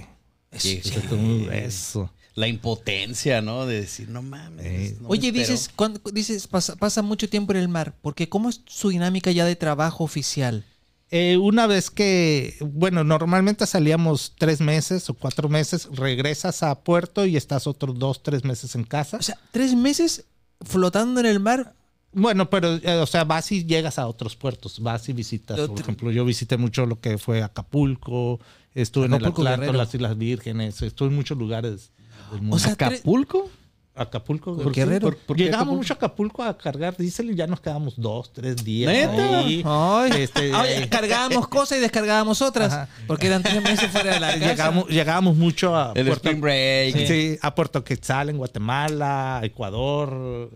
Speaker 3: Es-
Speaker 1: Sí.
Speaker 2: Eso estuvo muy- Eso.
Speaker 1: La impotencia, ¿no? De decir, no mames.
Speaker 2: Eh.
Speaker 1: no me
Speaker 3: Oye,
Speaker 1: espero.
Speaker 3: dices, cuando, dices pasa, pasa mucho tiempo en el mar, porque ¿cómo es su dinámica ya de trabajo oficial?
Speaker 2: Eh, una vez que, bueno, normalmente salíamos tres meses o cuatro meses, regresas a puerto y estás otros dos, tres meses en casa.
Speaker 3: O sea, tres meses flotando en el mar
Speaker 2: Bueno, pero, eh, o sea, vas y llegas a otros puertos, vas y visitas.
Speaker 3: Yo
Speaker 2: Por
Speaker 3: te-
Speaker 2: ejemplo, yo visité mucho lo que fue Acapulco,
Speaker 3: Acapulco,
Speaker 2: estuve en el Atlántico,
Speaker 3: Guerrero.
Speaker 2: las Islas Vírgenes, estuve en muchos lugares del mundo.
Speaker 3: O sea, tre-
Speaker 1: ¿Acapulco?
Speaker 2: Acapulco,
Speaker 3: ¿Por
Speaker 2: Guerrero.
Speaker 3: qué Guerrero?
Speaker 2: Por- por qué Llegamos
Speaker 1: Acapulco?
Speaker 2: mucho a Acapulco a cargar diésel y ya nos quedábamos dos, tres días.
Speaker 1: ¿Neta?
Speaker 2: ahí.
Speaker 3: Ay,
Speaker 2: Este,
Speaker 3: ay, cargábamos cosas y descargábamos otras.
Speaker 2: Ajá.
Speaker 3: Porque eran tres meses fuera de la casa.
Speaker 2: Llegamos, llegamos mucho a
Speaker 1: El
Speaker 2: Puerto,
Speaker 1: Spring Break.
Speaker 2: sí, a Puerto Quetzal en Guatemala, a Ecuador.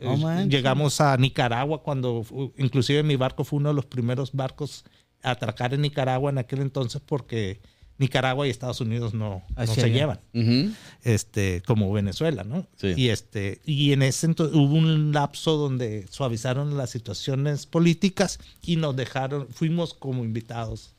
Speaker 1: No
Speaker 2: Eh,
Speaker 1: manches.
Speaker 2: llegamos a Nicaragua cuando fu- inclusive mi barco fue uno de los primeros barcos a atracar en Nicaragua en aquel entonces porque Nicaragua y Estados Unidos no, no
Speaker 3: Hacia
Speaker 2: se
Speaker 3: allá.
Speaker 2: llevan
Speaker 1: Ujú.
Speaker 2: este, como Venezuela, ¿no?
Speaker 1: Sí.
Speaker 2: Y, este, y en ese entonces hubo un lapso donde suavizaron las situaciones políticas y nos dejaron, fuimos como invitados.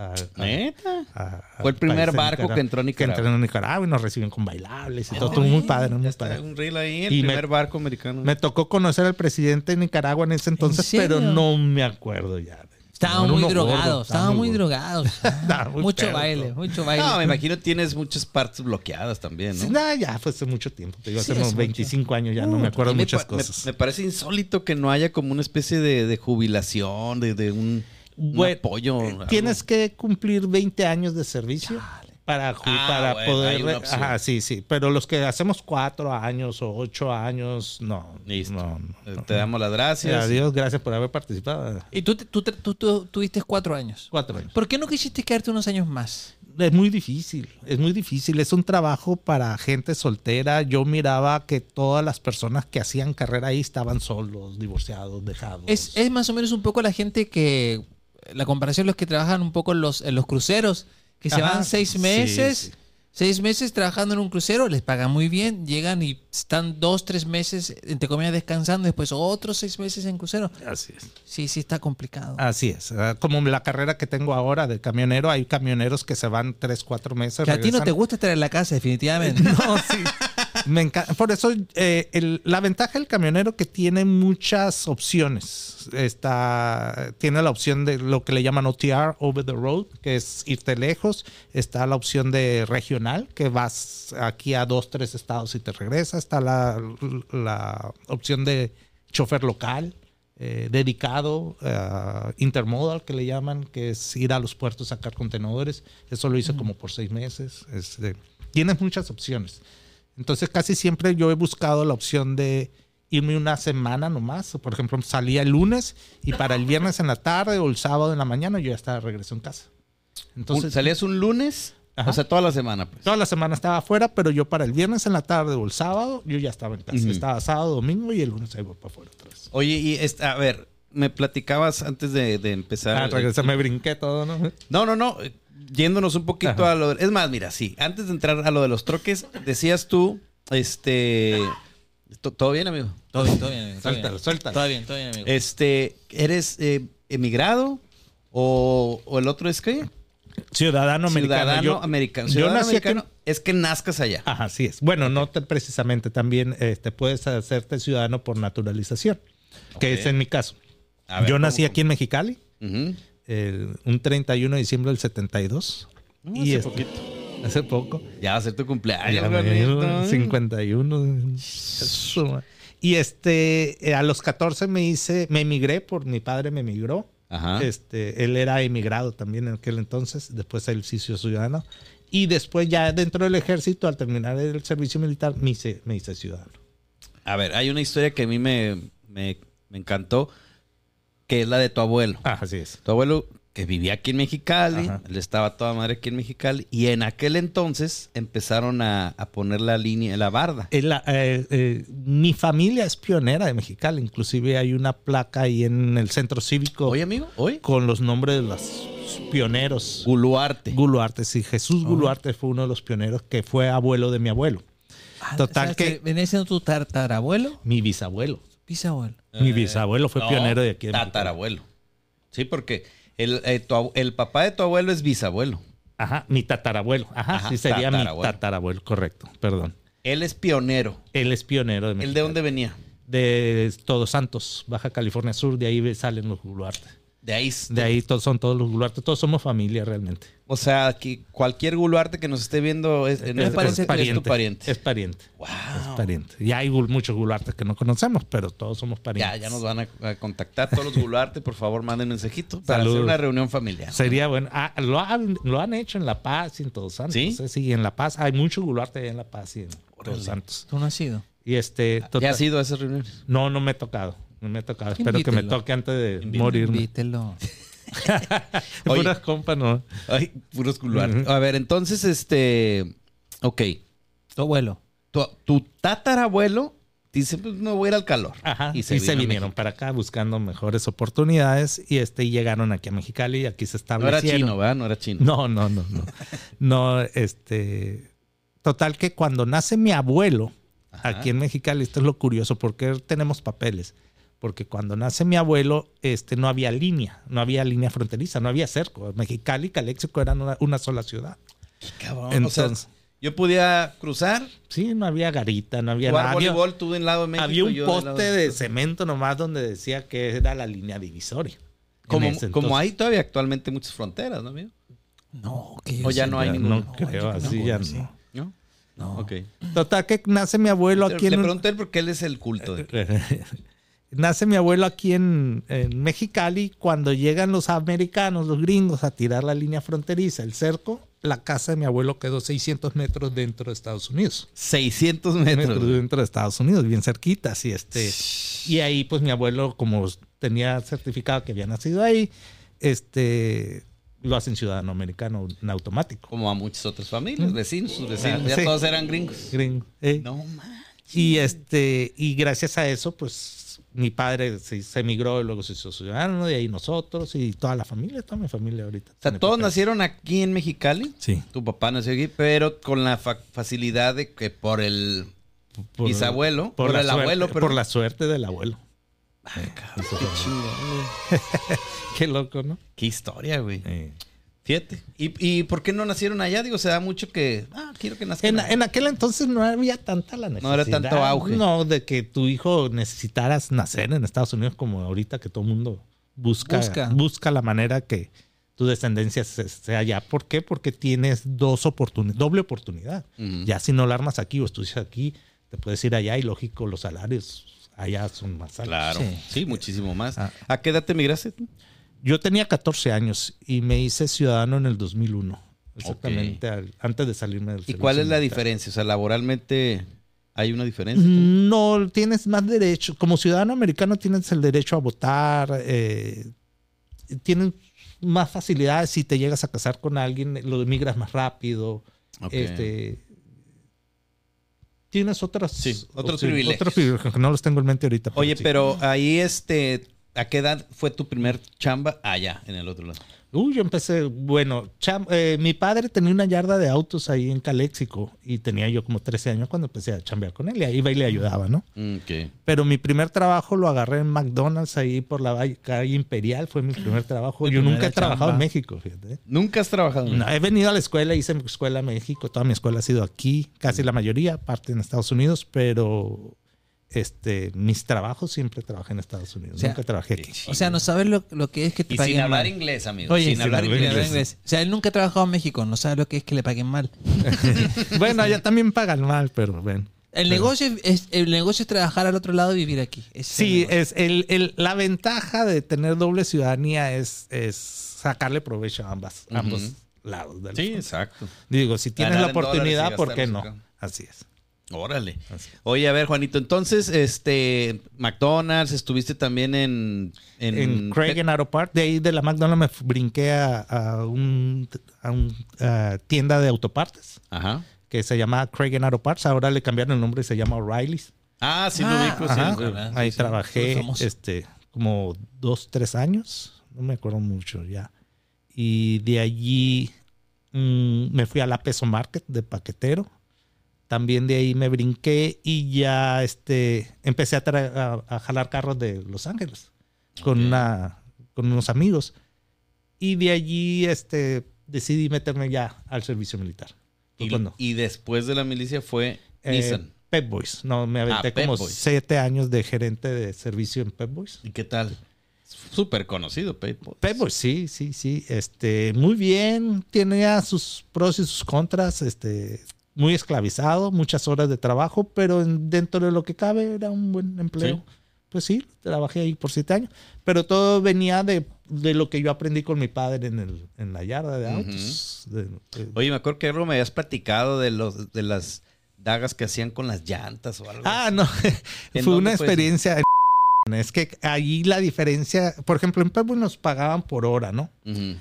Speaker 2: a- a-
Speaker 1: ¿Neta?
Speaker 2: a-
Speaker 1: Fue el
Speaker 2: al
Speaker 1: primer
Speaker 2: país de
Speaker 1: barco
Speaker 2: Nicaragua-
Speaker 1: que entró a Nicaragua.
Speaker 2: Que entró en Nicaragua y nos recibieron con bailables y todo, todo muy padre, muy
Speaker 1: Está
Speaker 2: padre.
Speaker 1: un reel ahí, el
Speaker 2: Y me-
Speaker 1: primer barco americano.
Speaker 2: Me tocó conocer al presidente de Nicaragua en ese entonces,
Speaker 3: serio?
Speaker 2: pero no me acuerdo ya.
Speaker 3: Estaban
Speaker 2: Era
Speaker 3: muy
Speaker 2: uno gordo,
Speaker 3: drogados,
Speaker 2: estaba
Speaker 3: estaban muy
Speaker 2: gordo.
Speaker 3: drogados.
Speaker 2: Estaba muy
Speaker 3: mucho
Speaker 2: pedo,
Speaker 3: baile,
Speaker 2: todo.
Speaker 3: mucho baile.
Speaker 1: no, me imagino tienes muchas partes bloqueadas también, ¿no?
Speaker 2: Sí, nada, ya fue hace mucho tiempo, te digo,
Speaker 3: Sí,
Speaker 2: hace unos
Speaker 3: hace mucho.
Speaker 2: 25 años ya, no me acuerdo
Speaker 1: Y me
Speaker 2: muchas
Speaker 1: pa- me-
Speaker 2: cosas.
Speaker 1: Me, parece insólito que no haya como una especie de, de jubilación, de, de un, un
Speaker 2: Bueno,
Speaker 1: apoyo.
Speaker 2: eh,
Speaker 1: algo.
Speaker 2: Tienes que cumplir 20 años de servicio para, ju-
Speaker 1: Ah,
Speaker 2: para
Speaker 1: bueno, hay una
Speaker 2: poder.
Speaker 1: opción.
Speaker 2: Ajá, sí, sí. Pero los que hacemos 4 años o 8 años, no.
Speaker 1: Listo.
Speaker 2: No, no.
Speaker 1: Eh, Te damos las
Speaker 2: Sí,
Speaker 1: gracias.
Speaker 2: adiós, gracias por haber participado.
Speaker 3: Y tú, te- tú, te- tú- tú tuviste cuatro años.
Speaker 2: 4 años.
Speaker 3: ¿Por qué no quisiste quedarte unos años más?
Speaker 2: Es muy difícil, es muy difícil. Es un trabajo para gente soltera. Yo miraba que todas las personas que hacían carrera ahí estaban solos, divorciados, dejados.
Speaker 3: Es, es más o menos un poco la gente que. La comparación los que trabajan un poco en los, en los cruceros, que se
Speaker 2: Ajá,
Speaker 3: van seis
Speaker 2: sí,
Speaker 3: meses,
Speaker 2: sí.
Speaker 3: seis meses trabajando en un crucero, les pagan muy bien, llegan y están dos, tres meses, entre comillas, descansando, después otros seis meses en crucero.
Speaker 2: Así es.
Speaker 3: Sí, sí, está complicado.
Speaker 2: Así es. Ah, Como la carrera que tengo ahora de camionero, hay camioneros que se van 3, 4 meses.
Speaker 3: que a ti no
Speaker 2: regresan.
Speaker 3: te gusta estar en la casa, definitivamente.
Speaker 2: No, sí. Me encanta. Por eso, eh, el- la ventaja del camionero que tiene muchas opciones. Está, tiene la opción de lo que le llaman OTR, Over the Road, que es irte lejos. Está la opción de regional, que vas aquí a dos, tres estados y te regresas. Está la, la opción de chofer local. eh, dedicado, eh, intermodal que le llaman, que es ir a los puertos a sacar contenedores. Eso lo hice como por seis meses. Este, tienes muchas opciones. Entonces casi siempre yo he buscado la opción de irme una semana nomás. Por ejemplo, salía el lunes y para el viernes en la tarde o el sábado en la mañana yo ya estaba de regreso en casa.
Speaker 1: Un-
Speaker 2: Entonces
Speaker 1: salías un lunes,
Speaker 2: Ajá.
Speaker 1: o sea, toda la semana, pues.
Speaker 2: toda la semana estaba afuera, pero yo para el viernes en la tarde o el sábado yo ya estaba en casa.
Speaker 1: Ujú.
Speaker 2: Estaba sábado, domingo y el lunes ahí voy para afuera otra vez.
Speaker 1: Oye, y esta- a ver, me platicabas antes de, de empezar.
Speaker 2: Ah, regresé, me brinqué todo, ¿no?
Speaker 1: No, no, no. eh, Yéndonos un poquito
Speaker 2: Ajá.
Speaker 1: a lo de- Es más, mira, sí. Antes de entrar a lo de los troques, decías tú, este... to- ¿Todo bien, amigo?
Speaker 3: Todo bien, todo bien, amigo, todo bien.
Speaker 2: Suéltalo, suéltalo.
Speaker 3: Todo bien, todo bien, amigo.
Speaker 1: Este, ¿eres eh, emigrado? ¿O, o el otro es qué?
Speaker 2: Ciudadano americano.
Speaker 1: Ciudadano
Speaker 2: Yo-
Speaker 1: americano.
Speaker 2: yo
Speaker 1: Ciudadano
Speaker 2: nací aquí en-
Speaker 1: americano es que nazcas allá.
Speaker 2: Ajá, así es. Bueno, no te- precisamente también este, puedes hacerte ciudadano por naturalización, que
Speaker 1: Ok.
Speaker 2: es en mi caso.
Speaker 1: A ver,
Speaker 2: Ah, yo
Speaker 1: ¿cómo,
Speaker 2: nací
Speaker 1: cómo?
Speaker 2: aquí en Mexicali,
Speaker 1: Ujú.
Speaker 2: el- un 31 de diciembre del 72.
Speaker 1: No,
Speaker 2: y
Speaker 1: Mm, hace
Speaker 2: este- Hace poco.
Speaker 1: Ya va a ser tu cumpleaños,
Speaker 2: Ya me
Speaker 1: Juanito.
Speaker 2: dio 51. Eso. Y este, eh, a los 14 me hice, me emigré, por mi padre me emigró.
Speaker 1: Ajá.
Speaker 2: Este, él era emigrado también en aquel entonces, después él se hizo ciudadano. Y después ya dentro del ejército, al terminar el servicio militar, me hice, me hice ciudadano.
Speaker 1: A ver, hay una historia que a mí me, me- me encantó, que es la de tu abuelo.
Speaker 2: Ah, así es.
Speaker 1: Tu abuelo que vivía aquí en Mexicali,
Speaker 2: Ajá.
Speaker 1: él estaba toda madre aquí en Mexicali, y en aquel entonces empezaron a, a poner la línea, la barda.
Speaker 2: Eh, la- eh, eh, mi familia es pionera de Mexicali, inclusive hay una placa ahí en el centro cívico
Speaker 1: Oye, amigo, hoy,
Speaker 2: con los nombres de los pioneros.
Speaker 1: Guluarte.
Speaker 2: Guluarte, sí, Jesús
Speaker 3: Ah.
Speaker 2: Guluarte fue uno de los pioneros que fue abuelo de mi abuelo,
Speaker 3: Ah,
Speaker 2: total que-
Speaker 3: ¿Venía siendo tu tartarabuelo?
Speaker 2: mi bisabuelo.
Speaker 3: Bisabuelo.
Speaker 2: Mi bisabuelo fue
Speaker 1: Eh, No,
Speaker 2: pionero de aquí. de Mexicali.
Speaker 1: Tatarabuelo. Sí, porque el, eh, tu ab- el papá de tu abuelo es bisabuelo.
Speaker 2: Ajá, mi tatarabuelo. Ajá,
Speaker 1: Ajá,
Speaker 2: sí sería mi
Speaker 1: tatarabuelo.
Speaker 2: tatarabuelo, correcto, perdón.
Speaker 1: Él es pionero.
Speaker 2: Él es pionero de
Speaker 1: ¿El
Speaker 2: Mexicali.
Speaker 1: de dónde venía?
Speaker 2: De Todos Santos, Baja California Sur, de ahí ve- salen los Guluarte.
Speaker 1: De ahí.
Speaker 2: De ahí todos son todos los guluarte, todos somos familia realmente.
Speaker 1: O sea, que cualquier guluarte que nos esté viendo es, en
Speaker 3: Es
Speaker 1: este
Speaker 3: parece-
Speaker 1: podcast, es tu pariente.
Speaker 2: Es pariente.
Speaker 1: Wow.
Speaker 2: Es pariente. Y hay gul- muchos guluartes que no conocemos, pero todos somos parientes.
Speaker 1: Ya, ya nos van a, a contactar todos los guluarte, por favor, manden mensajito para
Speaker 2: Saludos.
Speaker 1: hacer una reunión familiar.
Speaker 2: Sería bueno. Ah, lo, han, lo han hecho en La Paz y en Todos Santos.
Speaker 1: ¿Sí?
Speaker 2: ¿eh? Sí, en La Paz. Hay mucho guluarte allá en La Paz y en
Speaker 1: Órale.
Speaker 2: Todos Santos.
Speaker 3: Tú no has sido.
Speaker 2: Y este.
Speaker 1: ¿Ya
Speaker 2: total-
Speaker 1: has ido a esas reuniones?
Speaker 2: No, no me he tocado. No me he tocado. Espero que me
Speaker 3: Invítelo.
Speaker 2: toque antes de morirme.
Speaker 3: Invítelo.
Speaker 1: Oye.
Speaker 2: Puras compas, no.
Speaker 1: Ay, puros guluarte.
Speaker 2: Ujú.
Speaker 1: A ver, entonces, este. Ok.
Speaker 3: Tu abuelo.
Speaker 1: Tu, tu tatarabuelo dice: Pues no voy a ir al calor.
Speaker 2: Ajá,
Speaker 1: Y se vino a
Speaker 2: vinieron
Speaker 1: México.
Speaker 2: para acá buscando mejores oportunidades y este y llegaron aquí a Mexicali y aquí se
Speaker 1: No era
Speaker 2: establecieron.
Speaker 1: chino, ¿verdad? No era chino.
Speaker 2: No, no, no, no. No, este. Total que cuando nace mi abuelo,
Speaker 1: Ajá.
Speaker 2: aquí en Mexicali, esto es lo curioso, porque tenemos papeles. Porque cuando nace mi abuelo, este, no había línea, no había línea fronteriza, no había cerco. Mexicali y Caléxico eran una, una sola ciudad.
Speaker 1: Cabrón. o
Speaker 2: Entonces,
Speaker 1: sea, yo podía cruzar,
Speaker 2: sí, no había garita, no había
Speaker 1: jugar
Speaker 2: nada. Había,
Speaker 1: voleibol, tú de un lado de México.
Speaker 2: había
Speaker 1: yo
Speaker 2: un
Speaker 1: del lado
Speaker 2: poste
Speaker 1: de-
Speaker 2: de cemento nomás donde decía que era la línea divisoria. En
Speaker 1: Como,
Speaker 2: ese
Speaker 1: como
Speaker 2: entonces.
Speaker 1: hay todavía actualmente muchas fronteras, ¿no, amigo?
Speaker 3: No, que yo
Speaker 1: O ya no hay
Speaker 2: Ya,
Speaker 1: ninguna.
Speaker 2: No creo,
Speaker 3: yo creo
Speaker 2: así
Speaker 3: que
Speaker 2: ya
Speaker 3: no, sí.
Speaker 2: no.
Speaker 1: ¿No?
Speaker 3: No.
Speaker 1: Ok.
Speaker 2: Total que nace mi abuelo
Speaker 1: Le-
Speaker 2: aquí
Speaker 1: Le
Speaker 2: en un- Eh,
Speaker 1: pregunto a él porque él es el culto. de-
Speaker 2: Nace mi abuelo aquí en, en Mexicali. Cuando llegan los americanos, los gringos, a tirar la línea fronteriza, el cerco, la casa de mi abuelo quedó 600 metros dentro de Estados Unidos.
Speaker 1: 600
Speaker 2: Metros
Speaker 1: metros.
Speaker 2: dentro de Estados Unidos, bien cerquita. Así este. Y ahí, pues mi abuelo, como tenía certificado que había nacido ahí, este, lo hacen ciudadano americano en automático.
Speaker 1: Como a muchas otras familias, vecinos, sus vecinos.
Speaker 2: Mm. Ah,
Speaker 1: Ya
Speaker 2: sí.
Speaker 1: todos eran gringos.
Speaker 2: Gringo, ¿eh?
Speaker 1: No, man.
Speaker 2: Y este, y gracias a eso, pues mi padre se, se emigró y luego se hizo ciudadano, y ahí nosotros y toda la familia, toda mi familia ahorita.
Speaker 1: O sea,
Speaker 2: Tiene
Speaker 1: todos
Speaker 2: papel.
Speaker 1: nacieron aquí en Mexicali.
Speaker 2: Sí.
Speaker 1: Tu papá nació aquí, pero con la fa- facilidad de que por el
Speaker 2: Por-
Speaker 1: bisabuelo, por,
Speaker 2: la
Speaker 1: el
Speaker 2: suerte-
Speaker 1: abuelo, pero
Speaker 2: Por la suerte del abuelo. Qué loco, ¿no?
Speaker 1: Qué historia, güey. Fíjate. ¿Y, ¿Y por qué no nacieron allá? Digo, se da mucho que. Ah, quiero que nazcan.
Speaker 2: En,
Speaker 1: allá.
Speaker 2: en aquel entonces no había tanta la necesidad.
Speaker 1: No era tanto auge.
Speaker 2: No, de que tu hijo necesitaras nacer en Estados Unidos como ahorita que todo el mundo busca,
Speaker 3: Busca.
Speaker 2: busca. la manera que tu descendencia se- sea allá. ¿Por qué? Porque tienes dos oportuni- doble oportunidad.
Speaker 1: Ujú.
Speaker 2: Ya si no la armas aquí o estudias aquí, te puedes ir allá y lógico, los salarios allá son más altos.
Speaker 1: Claro. Sí,
Speaker 3: Sí.
Speaker 1: muchísimo más.
Speaker 2: Ah. Pues
Speaker 1: ¿A qué edad te migraste? tú?
Speaker 2: Yo tenía 14 años y me hice ciudadano en el 2001. Exactamente, al- antes de salirme del
Speaker 1: ¿Y
Speaker 2: servicio
Speaker 1: cuál es la
Speaker 2: militar.
Speaker 1: diferencia? O sea, laboralmente hay una diferencia.
Speaker 2: Mm, No, tienes más derecho. Como ciudadano americano tienes el derecho a votar, eh, tienes más facilidades si te llegas a casar con alguien, lo emigras más rápido.
Speaker 1: Ok.
Speaker 2: Este, tienes otras,
Speaker 1: Sí, otros
Speaker 2: opciones,
Speaker 1: privilegios.
Speaker 2: otros privilegios que no los tengo en mente ahorita.
Speaker 1: Oye,
Speaker 2: sí.
Speaker 1: pero ahí este, ¿a qué edad fue tu primer chamba allá en el otro lado?
Speaker 2: Uh, yo empecé, bueno, cham- eh, mi padre tenía una yarda de autos ahí en Caléxico y tenía yo como 13 años cuando empecé a chambear con él y ahí iba y le ayudaba, ¿no?
Speaker 1: Ok.
Speaker 2: Pero mi primer trabajo lo agarré en McDonald's ahí por la valle- calle Imperial, fue mi primer trabajo.
Speaker 3: Tu
Speaker 2: Yo nunca
Speaker 3: primera
Speaker 2: he trabajado en
Speaker 3: chamba.
Speaker 2: México, fíjate.
Speaker 1: ¿Nunca has trabajado? en-
Speaker 2: No, he venido a la escuela, hice mi escuela en México, toda mi escuela ha sido aquí, casi la mayoría, parte en Estados Unidos, pero este, mis trabajos siempre trabajé en Estados Unidos,
Speaker 3: O sea,
Speaker 2: nunca trabajé aquí.
Speaker 1: Sí.
Speaker 3: O sea, no sabes lo, lo que es que te
Speaker 1: Y
Speaker 3: paguen
Speaker 1: sin hablar
Speaker 3: mal.
Speaker 1: inglés, amigo.
Speaker 2: Oye,
Speaker 1: sin,
Speaker 2: sin
Speaker 1: hablar
Speaker 2: hablar
Speaker 1: inglés.
Speaker 3: Hablar inglés. O sea, él nunca ha trabajado en México, no sabe lo que es que le paguen mal.
Speaker 2: Bueno, allá también pagan mal, pero bueno.
Speaker 3: El
Speaker 2: Pero-
Speaker 3: negocio es, el negocio es trabajar al otro lado y vivir aquí. Ese es el
Speaker 2: Sí,
Speaker 3: negocio.
Speaker 2: es el, el- la ventaja de tener doble ciudadanía es, es sacarle provecho a ambas,
Speaker 1: Ujú.
Speaker 2: ambos lados. del-
Speaker 1: Sí, exacto.
Speaker 2: Digo, si tienes
Speaker 1: Ganar
Speaker 2: la
Speaker 1: en dólares y
Speaker 2: oportunidad, ¿por qué no?
Speaker 1: gastarlos acá.
Speaker 2: Así es.
Speaker 1: Órale.
Speaker 2: Así.
Speaker 1: Oye, a ver, Juanito, entonces, este, McDonald's, estuviste también en...
Speaker 2: En, Craig en Aero Park, de ahí de la McDonald's me f- brinqué a, a un, a un a tienda de autopartes
Speaker 1: Ajá.
Speaker 2: que se llamaba Craig en Aero Parts. Ahora le cambiaron el nombre y se llama O'Reilly's.
Speaker 1: Ah, sí
Speaker 3: Ah,
Speaker 1: lo ubico, sí.
Speaker 2: Ajá.
Speaker 1: lo ubico.
Speaker 2: Ahí
Speaker 3: sí. Muy
Speaker 2: trabajé
Speaker 3: famoso.
Speaker 2: este, como dos, tres años. No me acuerdo mucho ya. Y de allí mm, me fui a la Peso Market de paquetero. También de ahí me brinqué y ya este, empecé a, tra- a- a jalar carros de Los Ángeles con,
Speaker 1: Ok.
Speaker 2: una, con unos amigos. Y de allí este, decidí meterme ya al servicio militar.
Speaker 1: Y,
Speaker 2: ¿Cuándo?
Speaker 1: y después de la milicia fue
Speaker 2: Pues Eh,
Speaker 1: Nissan.
Speaker 2: Pep Boys. No, me aventé
Speaker 1: Ah, Pep
Speaker 2: como
Speaker 1: Boys.
Speaker 2: siete años de gerente de servicio en Pep Boys.
Speaker 1: ¿Y qué tal? Súper conocido, Paypal.
Speaker 2: Playboy, sí, sí, sí. Este, muy bien. Tenía sus pros y sus contras. Este, muy esclavizado, muchas horas de trabajo, pero en- dentro de lo que cabe era un buen empleo.
Speaker 1: Sí.
Speaker 2: Pues sí, trabajé ahí por siete años. Pero todo venía de, de lo que yo aprendí con mi padre en, el, en la yarda de
Speaker 1: Ujú.
Speaker 2: autos. De- de-
Speaker 1: Oye, me acuerdo que algo me habías platicado de los de las dagas que hacían con las llantas o algo.
Speaker 2: Ah, no.
Speaker 1: ¿En
Speaker 2: Fue
Speaker 1: dónde
Speaker 2: una
Speaker 1: fue eso?
Speaker 2: experiencia. en- Es que ahí la diferencia, por ejemplo, en Playboy nos pagaban por hora, ¿no?
Speaker 1: Ujú.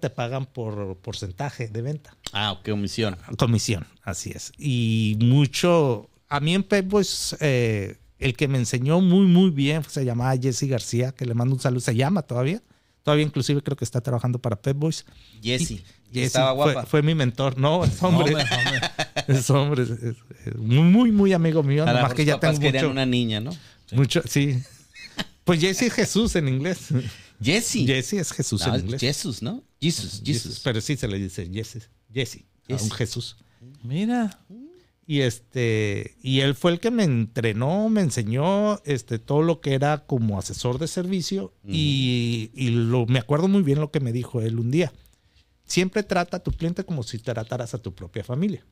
Speaker 2: Te pagan por porcentaje de venta.
Speaker 1: Ah, qué omisión.
Speaker 2: Comisión, así es. Y mucho, a mí en Pep, pues, eh, el que me enseñó muy, muy bien se llamaba Jesse García, que le mando un saludo, se llama todavía. Todavía inclusive creo que está trabajando para Pep Boys.
Speaker 1: Jessie.
Speaker 2: Jesse
Speaker 1: Estaba
Speaker 2: fue-
Speaker 1: guapa.
Speaker 2: Fue, mi mentor, no, es hombre,
Speaker 3: Hombre, hombre.
Speaker 2: es hombre, es- es- es muy, muy amigo mío,
Speaker 1: a lo
Speaker 2: nomás
Speaker 1: mejor
Speaker 2: que ya
Speaker 1: sus
Speaker 2: tengo
Speaker 1: papás querían
Speaker 2: mucho,
Speaker 1: una niña, ¿no?
Speaker 2: mucho, sí. Pues Jesse es Jesús en inglés.
Speaker 1: Jessie.
Speaker 2: Jesse es Jesús
Speaker 1: No,
Speaker 2: en inglés.
Speaker 1: Ah, Jesus, ¿no? Jesus, Jesus.
Speaker 2: Pero sí se le dice Jesse, Jesse, a un
Speaker 1: Jesse.
Speaker 2: Jesús.
Speaker 3: Mira.
Speaker 2: Y este, y él fue el que me entrenó, me enseñó este, todo lo que era como asesor de servicio. Y, y lo, me acuerdo muy bien lo que me dijo él un día. Siempre trata a tu cliente como si trataras a tu propia familia.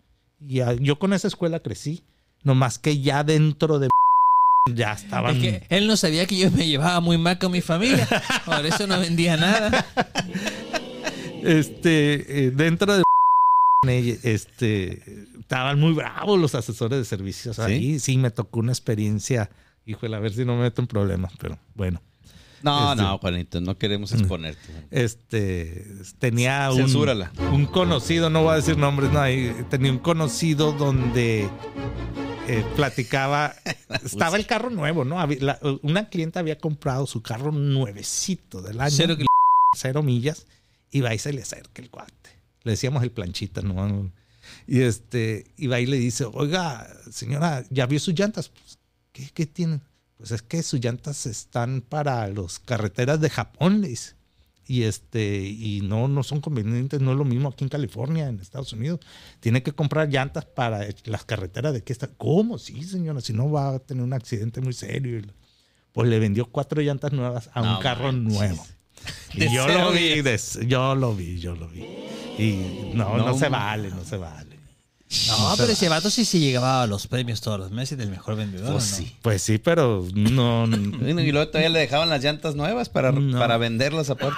Speaker 2: Y a- yo con esa escuela crecí, nomás que ya dentro de ya estaban.
Speaker 3: Es que él no sabía que yo me llevaba muy mal con mi familia. Por eso no vendía nada.
Speaker 2: este, eh, dentro de este, estaban muy bravos los asesores de servicios
Speaker 1: ¿Sí?
Speaker 2: ahí. Sí, me tocó una experiencia. Híjole, a ver si no me meto en problemas, pero bueno.
Speaker 1: No,
Speaker 2: Este-
Speaker 1: no, Juanito, no queremos
Speaker 2: Mm.
Speaker 1: exponerte.
Speaker 2: Este, tenía un,
Speaker 1: Censúrala.
Speaker 2: un conocido, no voy a decir nombres, no, ahí, tenía un conocido donde eh, platicaba, estaba el carro nuevo, ¿no? Había- la- una clienta había comprado su carro nuevecito del año.
Speaker 3: Cero que-
Speaker 2: cero millas, y va y se le acerca el cuate. Le decíamos el planchita, ¿no? Y este, y va y le dice, oiga, señora, ¿ya vio sus llantas? "Pues, ¿qué, ¿Qué tienen? Pues es que sus llantas están para las carreteras de Japón, le dice. Y este, y no, no son convenientes, no es lo mismo aquí en California, en Estados Unidos. Tiene que comprar llantas para las carreteras de aquí. Está. ¿Cómo? Sí, señora, si no va a tener un accidente muy serio. Pues le vendió cuatro llantas nuevas a un
Speaker 1: No
Speaker 2: carro
Speaker 1: manches.
Speaker 2: nuevo.
Speaker 1: De
Speaker 2: Y yo
Speaker 1: cero
Speaker 2: lo vi,
Speaker 1: días.
Speaker 2: des- yo lo vi, yo lo vi. Y no,
Speaker 1: No
Speaker 2: no, se
Speaker 1: ma-
Speaker 2: vale, no se vale.
Speaker 3: No, pero ese vato sí se llegaba a los premios todos los meses del mejor vendedor.
Speaker 1: Pues
Speaker 3: ¿o no?
Speaker 1: sí.
Speaker 2: Pues sí, pero no. n-
Speaker 1: Bueno, Y luego todavía le dejaban las llantas nuevas para,
Speaker 2: No.
Speaker 1: para venderlas aparte.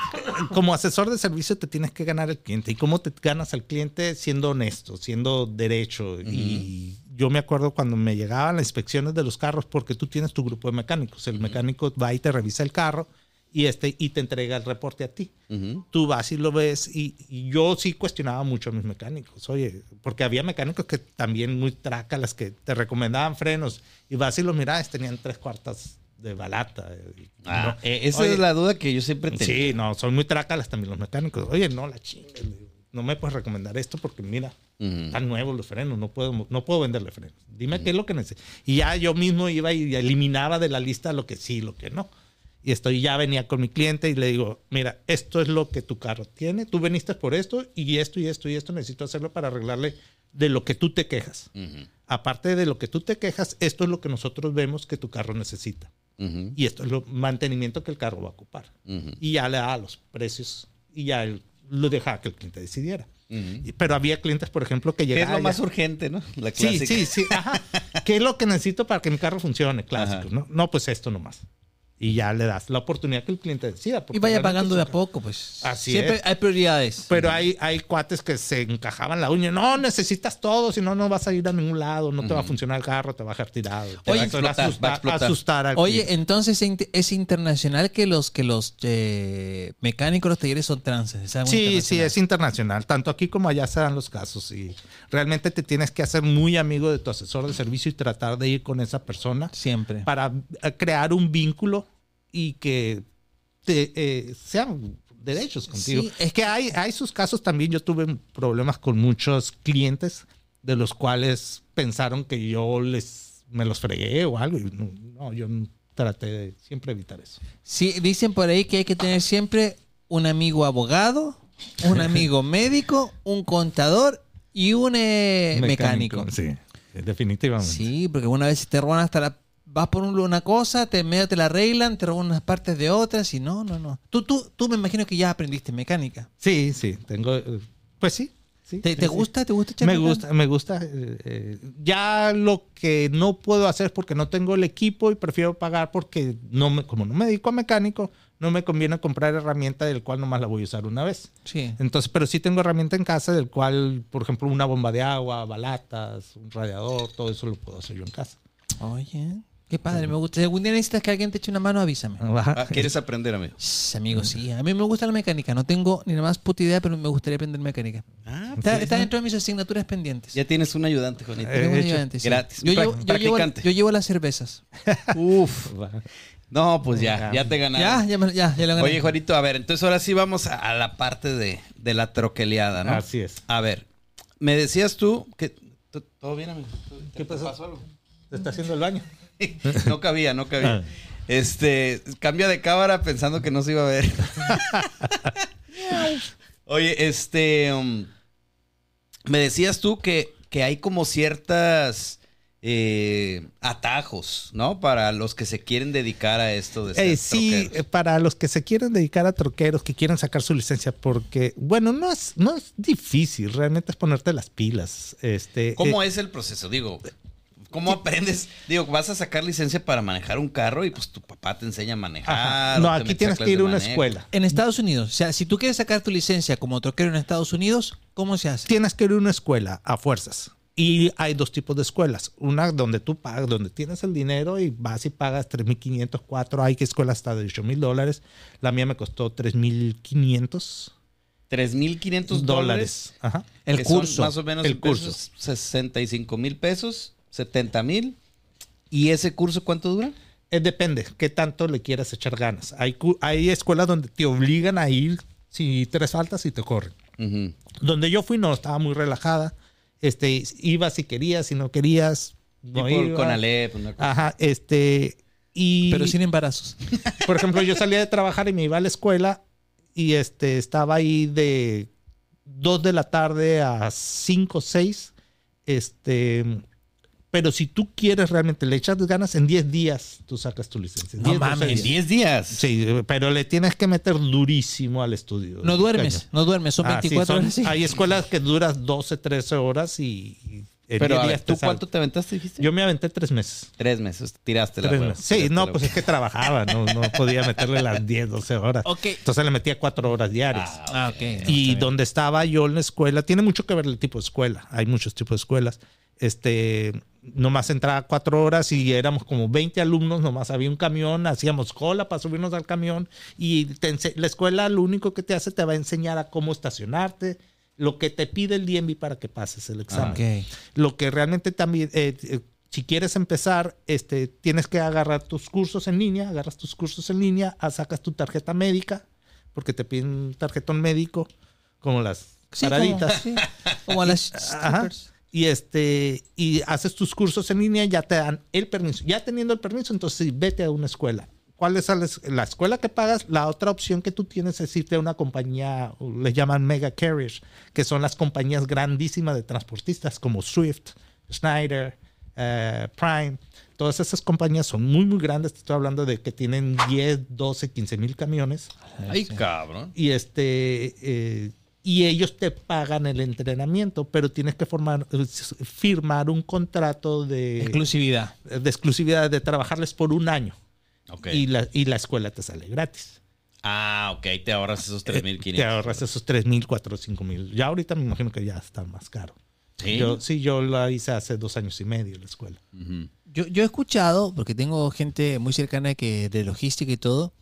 Speaker 2: Como asesor de servicio te tienes que ganar el cliente. ¿Y cómo te ganas al cliente? Siendo honesto, siendo derecho. Y yo me acuerdo cuando me llegaban las inspecciones de los carros, porque tú tienes tu grupo de mecánicos. El mecánico va y te revisa el carro y, este, y te entrega el reporte a ti.
Speaker 1: Ujú.
Speaker 2: tú vas y lo ves y, y yo sí cuestionaba mucho a mis mecánicos, oye, porque había mecánicos que también muy traca, las que te recomendaban frenos y vas y los mirabas, tenían tres cuartas de balata. eh,
Speaker 1: Ah,
Speaker 2: no,
Speaker 1: eh, esa
Speaker 2: oye,
Speaker 1: es la duda que yo siempre tenía.
Speaker 2: Sí, no, son muy trácalas también los mecánicos. Oye, no, la chingue, le digo, no me puedes recomendar esto porque mira,
Speaker 1: Ujú.
Speaker 2: están nuevos los frenos, no puedo, no puedo venderle frenos. Dime qué es lo que necesito. Y ya yo mismo iba y eliminaba de la lista lo que sí, lo que no. Y estoy ya venía con mi cliente y le digo, mira, esto es lo que tu carro tiene, tú veniste por esto y esto y esto y esto necesito hacerlo para arreglarle de lo que tú te quejas.
Speaker 1: Ujú.
Speaker 2: Aparte de lo que tú te quejas, esto es lo que nosotros vemos que tu carro necesita.
Speaker 1: Ujú.
Speaker 2: Y esto es lo mantenimiento que el carro va a ocupar.
Speaker 1: Ujú.
Speaker 2: Y ya le daba los precios y ya él lo dejaba que el cliente decidiera.
Speaker 1: Ujú.
Speaker 2: Y- Pero había clientes, por ejemplo, que
Speaker 1: Que es
Speaker 2: llegaban...
Speaker 1: lo
Speaker 2: ya-
Speaker 1: más urgente, ¿no? La
Speaker 2: Sí,
Speaker 1: clásica.
Speaker 2: sí, sí. Ajá. ¿Qué es lo que necesito para que mi carro funcione? Clásico,
Speaker 1: Ajá.
Speaker 2: ¿no? No, pues esto nomás. Y ya le das la oportunidad que el cliente decida. porque
Speaker 3: Y vaya
Speaker 2: realmente
Speaker 3: pagando
Speaker 2: es
Speaker 3: de
Speaker 2: un
Speaker 3: a poco, pues.
Speaker 2: Así
Speaker 3: Siempre
Speaker 2: es.
Speaker 3: hay prioridades.
Speaker 2: pero hay, hay cuates que se encajaban la uña. No, necesitas todo, si no, no vas a ir a ningún lado, no te va a funcionar el carro, te va a dejar tirado. te
Speaker 1: Oye,
Speaker 2: va a
Speaker 1: explotar,
Speaker 2: asustar-
Speaker 1: va a explotar.
Speaker 2: asustar al
Speaker 3: Oye,
Speaker 2: cliente.
Speaker 3: entonces in- es internacional que los que los eh, mecánicos los talleres son transes. es algo
Speaker 2: Sí, sí,
Speaker 3: internacional.
Speaker 2: es internacional. Tanto aquí como allá se dan los casos. Y realmente te tienes que hacer muy amigo de tu asesor de servicio y tratar de ir con esa persona
Speaker 3: siempre.
Speaker 2: para eh, crear un vínculo y que te, eh, sean derechos contigo.
Speaker 3: Sí,
Speaker 2: es que hay, hay sus casos también. Yo tuve problemas con muchos clientes de los cuales pensaron que yo les me los fregué o algo. y no, no, yo traté de siempre evitar eso.
Speaker 3: Sí, dicen por ahí que hay que tener siempre un amigo abogado, un amigo médico, un contador y un eh, mecánico.
Speaker 2: Sí, definitivamente.
Speaker 3: Sí, porque una vez te roban hasta la vas por un- una cosa, te medio te la arreglan, te roban unas partes de otras y no, no, no. Tú, tú, tú me imagino que ya aprendiste mecánica.
Speaker 2: Sí, sí, tengo. eh, Pues sí. sí,
Speaker 3: ¿Te,
Speaker 2: sí,
Speaker 3: te
Speaker 2: sí.
Speaker 3: gusta? ¿Te gusta echar
Speaker 2: Me
Speaker 3: mecánica?
Speaker 2: gusta, me gusta. eh, eh, ya lo que no puedo hacer es porque no tengo el equipo y prefiero pagar porque no me, como no me dedico a mecánico, no me conviene comprar herramienta del cual nomás la voy a usar una vez.
Speaker 3: Sí.
Speaker 2: Entonces, pero sí tengo herramienta en casa del cual, por ejemplo, una bomba de agua, balatas, un radiador, todo eso lo puedo hacer yo en casa.
Speaker 3: Oye, qué padre, me gusta. Si algún día necesitas que alguien te eche una mano, avísame.
Speaker 1: Ah, ¿Quieres aprender, amigo?
Speaker 3: Shh, Amigo, sí. A mí me gusta la mecánica. No tengo ni la más puta idea, pero me gustaría aprender mecánica.
Speaker 1: Ah,
Speaker 3: Está, está dentro de mis asignaturas pendientes.
Speaker 1: ya tienes un ayudante, Juanito.
Speaker 2: Eh,
Speaker 3: Tengo un
Speaker 2: hecho.
Speaker 3: ayudante, sí.
Speaker 1: Gratis.
Speaker 3: Yo
Speaker 1: Prac-
Speaker 3: llevo, yo, llevo,
Speaker 1: practicante.
Speaker 3: yo llevo las cervezas.
Speaker 1: Uf. No, pues
Speaker 2: Ah,
Speaker 1: ya, ya te
Speaker 3: Ya,
Speaker 1: ganaron.
Speaker 3: ya, me- ya, ya lo gané.
Speaker 1: Oye, Juanito, a ver, entonces ahora sí vamos a, a la parte de, de la troqueleada, ¿no?
Speaker 2: Así es.
Speaker 1: A ver, me decías tú que... t- ¿Todo bien, amigo? ¿Te- te
Speaker 2: pasó?
Speaker 1: algo?
Speaker 2: Se está haciendo el baño.
Speaker 1: No cabía, no
Speaker 2: Ah.
Speaker 1: cabía. Este, cambia de cámara pensando que no se iba a ver. Oye, este, um, me decías tú que, que hay como ciertas eh, atajos, ¿no? Para los que se quieren dedicar a esto de ser
Speaker 2: Eh, sí,
Speaker 1: troqueros.
Speaker 2: eh, para los que se quieren dedicar a troqueros, que quieren sacar su licencia, porque, bueno, no es, no es difícil, realmente es ponerte las pilas. Este,
Speaker 1: ¿Cómo es el proceso? Digo, ¿cómo aprendes? Digo, vas a sacar licencia para manejar un carro y pues tu papá te enseña a manejar. o
Speaker 2: No,
Speaker 1: te
Speaker 2: aquí
Speaker 1: metes
Speaker 2: tienes
Speaker 1: clases
Speaker 2: que ir a
Speaker 1: de
Speaker 2: una
Speaker 1: manejo.
Speaker 2: escuela.
Speaker 3: En Estados Unidos, o sea, si tú quieres sacar tu licencia como troquero en Estados Unidos, ¿cómo se hace?
Speaker 2: Tienes que ir a una escuela a fuerzas. Y hay dos tipos de escuelas. Una donde tú pagas, donde tienes el dinero y vas y pagas 3.500, 4. Hay que escuela hasta de 8.000 dólares. La mía me costó 3.500
Speaker 1: 3.500 dólares.
Speaker 2: dólares. Ajá.
Speaker 3: El
Speaker 1: que son
Speaker 3: curso.
Speaker 1: Más o menos
Speaker 2: el
Speaker 1: el curso. 65 mil pesos, 70 mil. ¿Y ese curso cuánto dura?
Speaker 2: Eh, depende qué tanto le quieras echar ganas. Hay, cu- hay escuelas donde te obligan a ir si tres faltas y te corren.
Speaker 1: Ujú.
Speaker 2: Donde yo fui no, estaba muy relajada. Este, ibas si querías, si no querías. No
Speaker 1: Tipo
Speaker 2: ibas.
Speaker 1: con Alep, una cosa.
Speaker 2: Ajá, este. Y,
Speaker 3: Pero sin embarazos.
Speaker 2: por ejemplo, yo salía de trabajar y me iba a la escuela y este, estaba ahí de 2 de la tarde a 5 o 6. Este, pero si tú quieres realmente, le echas ganas, en 10 días tú sacas tu licencia. Ah, En
Speaker 3: No
Speaker 2: 10, 12
Speaker 3: mames,
Speaker 2: días.
Speaker 1: En 10 días.
Speaker 2: Sí, pero le tienes que meter durísimo al estudio.
Speaker 3: No duermes,
Speaker 2: Cañón.
Speaker 3: no duermes, son
Speaker 2: Ah, sí,
Speaker 3: 24
Speaker 2: son-
Speaker 3: horas. sí.
Speaker 2: Hay escuelas que duras 12, 13 horas y... y en
Speaker 1: Pero
Speaker 2: 10
Speaker 1: a ver,
Speaker 2: días te
Speaker 1: ¿tú
Speaker 2: sal-
Speaker 1: cuánto te aventaste, dijiste?
Speaker 2: Yo me aventé tres meses.
Speaker 1: Tres meses. Tiraste la
Speaker 2: Tres
Speaker 1: hueva,
Speaker 2: meses. Sí,
Speaker 1: tiraste
Speaker 2: no,
Speaker 1: la
Speaker 2: pues es
Speaker 1: hueva.
Speaker 2: que trabajaba, no, no podía meterle las 10, 12 horas.
Speaker 3: Ok.
Speaker 2: Entonces le metía 4 horas diarias.
Speaker 3: Ah, ok.
Speaker 2: y
Speaker 3: No, está bien.
Speaker 2: donde estaba yo en la escuela, tiene mucho que ver el tipo de escuela, hay muchos tipos de escuelas. Este, nomás entraba cuatro horas y éramos como 20 alumnos, nomás había un camión, hacíamos cola para subirnos al camión y te ense- la escuela lo único que te hace te va a enseñar a cómo estacionarte, lo que te pide el DMV para que pases el examen.
Speaker 3: Ok.
Speaker 2: Lo que realmente también, eh, eh, si quieres empezar, este, tienes que agarrar tus cursos en línea, agarras tus cursos en línea, ah, sacas tu tarjeta médica, porque te piden un tarjetón médico, como las
Speaker 3: Sí,
Speaker 2: paraditas.
Speaker 3: Como, sí, como las
Speaker 2: Ajá.
Speaker 3: strippers.
Speaker 2: Y este, y haces tus cursos en línea, ya te dan el permiso. Ya teniendo el permiso, entonces sí, vete a una escuela. ¿Cuál es la es- la escuela que pagas? La otra opción que tú tienes es irte a una compañía, o le llaman mega carriers, que son las compañías grandísimas de transportistas como Swift, Schneider, eh, Prime. Todas esas compañías son muy, muy grandes. Te estoy hablando de que tienen 10, 12, 15 mil camiones.
Speaker 1: Ay, cabrón.
Speaker 2: Y este. eh, y ellos te pagan el entrenamiento, pero tienes que formar, firmar un contrato de,
Speaker 3: Exclusividad.
Speaker 2: de exclusividad, de trabajarles por un año.
Speaker 1: Ok.
Speaker 2: Y, la, y la escuela te sale gratis.
Speaker 1: Ah, ok. Te ahorras esos 3.500.
Speaker 2: Eh, Te ahorras esos 3 mil, 4, 5 mil. Ya ahorita me imagino que ya está más caro.
Speaker 1: Sí.
Speaker 2: Yo, sí, yo la hice hace dos años y medio la escuela.
Speaker 1: Ujú.
Speaker 3: Yo, yo he escuchado, porque tengo gente muy cercana que de logística y todo,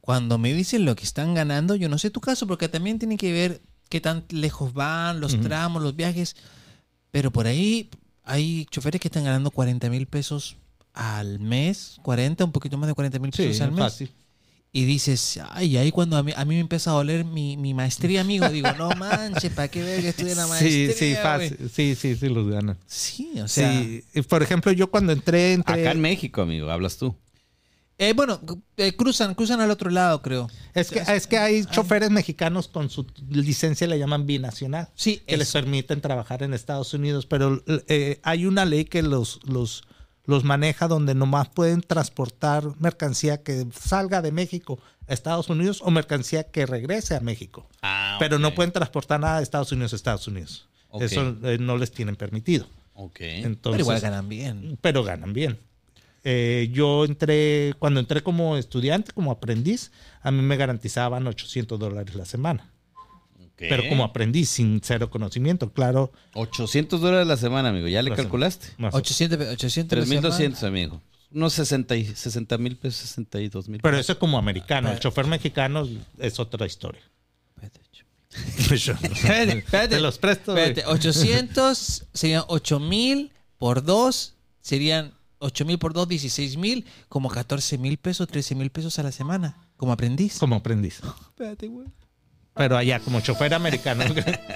Speaker 3: cuando me dicen lo que están ganando, yo no sé tu caso, porque también tiene que ver qué tan lejos van, los tramos, los viajes, pero por ahí hay choferes que están ganando 40 mil pesos al mes, 40, un poquito más de 40 mil pesos al mes.
Speaker 2: fácil.
Speaker 3: Y dices, ay, ahí cuando a mí, a mí me empieza a doler mi, mi maestría, amigo, digo, no manches, ¿para qué ver que estudié la maestría?
Speaker 2: Sí, sí,
Speaker 3: güey?"
Speaker 2: fácil. Sí, sí, sí, los ganan.
Speaker 3: Sí, o sea.
Speaker 2: sí, por ejemplo, yo cuando entré, entré
Speaker 1: Acá en México, amigo, hablas tú.
Speaker 3: Eh, bueno, eh, cruzan, cruzan al otro lado, creo.
Speaker 2: Es que, es que hay choferes mexicanos con su licencia, le llaman binacional,
Speaker 3: Sí,
Speaker 2: que les
Speaker 3: eso.
Speaker 2: permiten trabajar en Estados Unidos, pero eh, hay una ley que los, los, los maneja donde nomás pueden transportar mercancía que salga de México a Estados Unidos o mercancía que regrese a México.
Speaker 1: Ah,
Speaker 2: Pero no
Speaker 1: ok.
Speaker 2: pueden transportar nada de Estados Unidos a Estados Unidos.
Speaker 1: Ok. Eh,
Speaker 2: Eso eh, no les tienen permitido.
Speaker 1: Ok.
Speaker 2: Entonces,
Speaker 3: Pero igual ganan bien.
Speaker 2: pero ganan bien. Eh, yo entré, cuando entré como estudiante, como aprendiz, a mí me garantizaban 800 dólares la semana.
Speaker 1: ok.
Speaker 2: Pero como aprendiz, sin cero conocimiento, claro.
Speaker 1: 800 dólares la semana, amigo. ¿Ya le
Speaker 2: La semana.
Speaker 1: calculaste?
Speaker 2: más o-
Speaker 3: 800, pe- 800 pesos
Speaker 1: 3200, amigo. Unos 60 y- 60 mil pesos, 62 mil
Speaker 2: Pero
Speaker 1: pesos.
Speaker 2: eso es como americano. El chofer mexicano es otra historia.
Speaker 3: más.
Speaker 2: Espérate, Te los presto. güey.
Speaker 3: Espérate, 800 serían 8000 por 2 serían 8000 por 2 16000, como 14000 pesos, 13000 pesos a la semana como aprendiz.
Speaker 2: Como aprendiz.
Speaker 3: Espérate, güey.
Speaker 2: Pero allá, como chofer americano.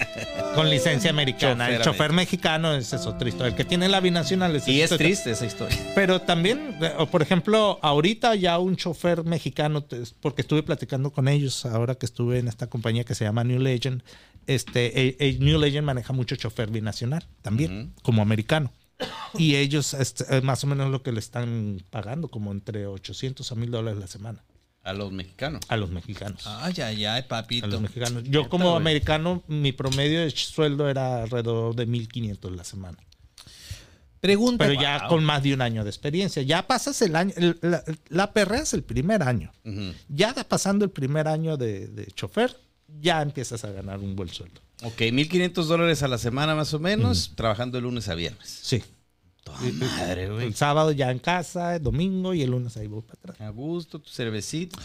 Speaker 2: con licencia americana.
Speaker 1: Chofer
Speaker 2: el chofer mexicano es, es otra historia. El que tiene la binacional es
Speaker 1: Y es
Speaker 2: otra-
Speaker 1: triste esa historia.
Speaker 2: Pero también, eh, o por ejemplo, ahorita ya un chofer mexicano, te- porque estuve platicando con ellos ahora que estuve en esta compañía que se llama New Legend, este, eh, eh, New Legend maneja mucho chofer binacional también, como americano. Y ellos, este, eh, más o menos lo que le están pagando, como entre 800 a 1000 dólares la semana
Speaker 1: A los mexicanos.
Speaker 2: a los mexicanos.
Speaker 3: Ay, ay, ay,
Speaker 2: A los
Speaker 3: papito.
Speaker 2: mexicanos. Yo como americano, mi promedio de sueldo era alrededor de 1500 la semana.
Speaker 3: Pregunta.
Speaker 2: Pero ya con más de un año de experiencia. Ya pasas el año, el- la, la perrea es el primer año.
Speaker 1: Ujú.
Speaker 2: Ya da- pasando el primer año de, de chofer, ya empiezas a ganar un buen sueldo.
Speaker 1: Ok, 1500 dólares a la semana más o menos, trabajando de lunes a viernes.
Speaker 2: Sí. Pues,
Speaker 1: Toda madre, güey.
Speaker 2: El sábado ya en casa, el domingo y el lunes ahí voy para atrás.
Speaker 1: A gusto, tu cervecito.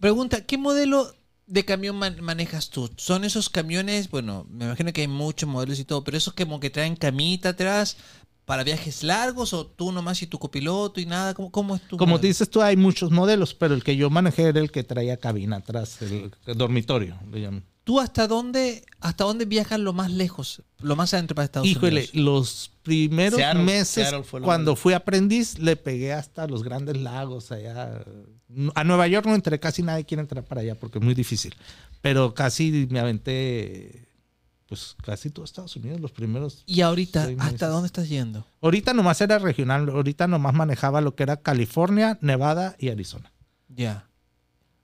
Speaker 3: Pregunta, ¿qué modelo de camión man- manejas tú? ¿Son esos camiones, bueno, me imagino que hay muchos modelos y todo, pero esos como que traen camita atrás para viajes largos o tú nomás y tu copiloto y nada? ¿Cómo, cómo es tu
Speaker 2: Como
Speaker 3: modelo?
Speaker 2: dices tú, hay muchos modelos, pero el que yo manejé era el que traía cabina atrás, el dormitorio, le llaman.
Speaker 3: ¿Tú hasta dónde, hasta dónde viajas lo más lejos, lo más adentro para Estados
Speaker 2: Híjole,
Speaker 3: Unidos?
Speaker 2: los primeros
Speaker 1: Seattle-
Speaker 2: meses
Speaker 1: Seattle fue lo
Speaker 2: cuando
Speaker 1: más-
Speaker 2: fui aprendiz le pegué hasta los grandes lagos allá. A Nueva York no entré, casi nadie quiere entrar para allá porque es muy difícil. Pero casi me aventé, pues casi todo Estados Unidos los primeros.
Speaker 3: Y ahorita,
Speaker 2: Seis meses.
Speaker 3: ¿hasta dónde estás yendo?
Speaker 2: Ahorita nomás era regional, ahorita nomás manejaba lo que era California, Nevada y Arizona.
Speaker 3: Ya.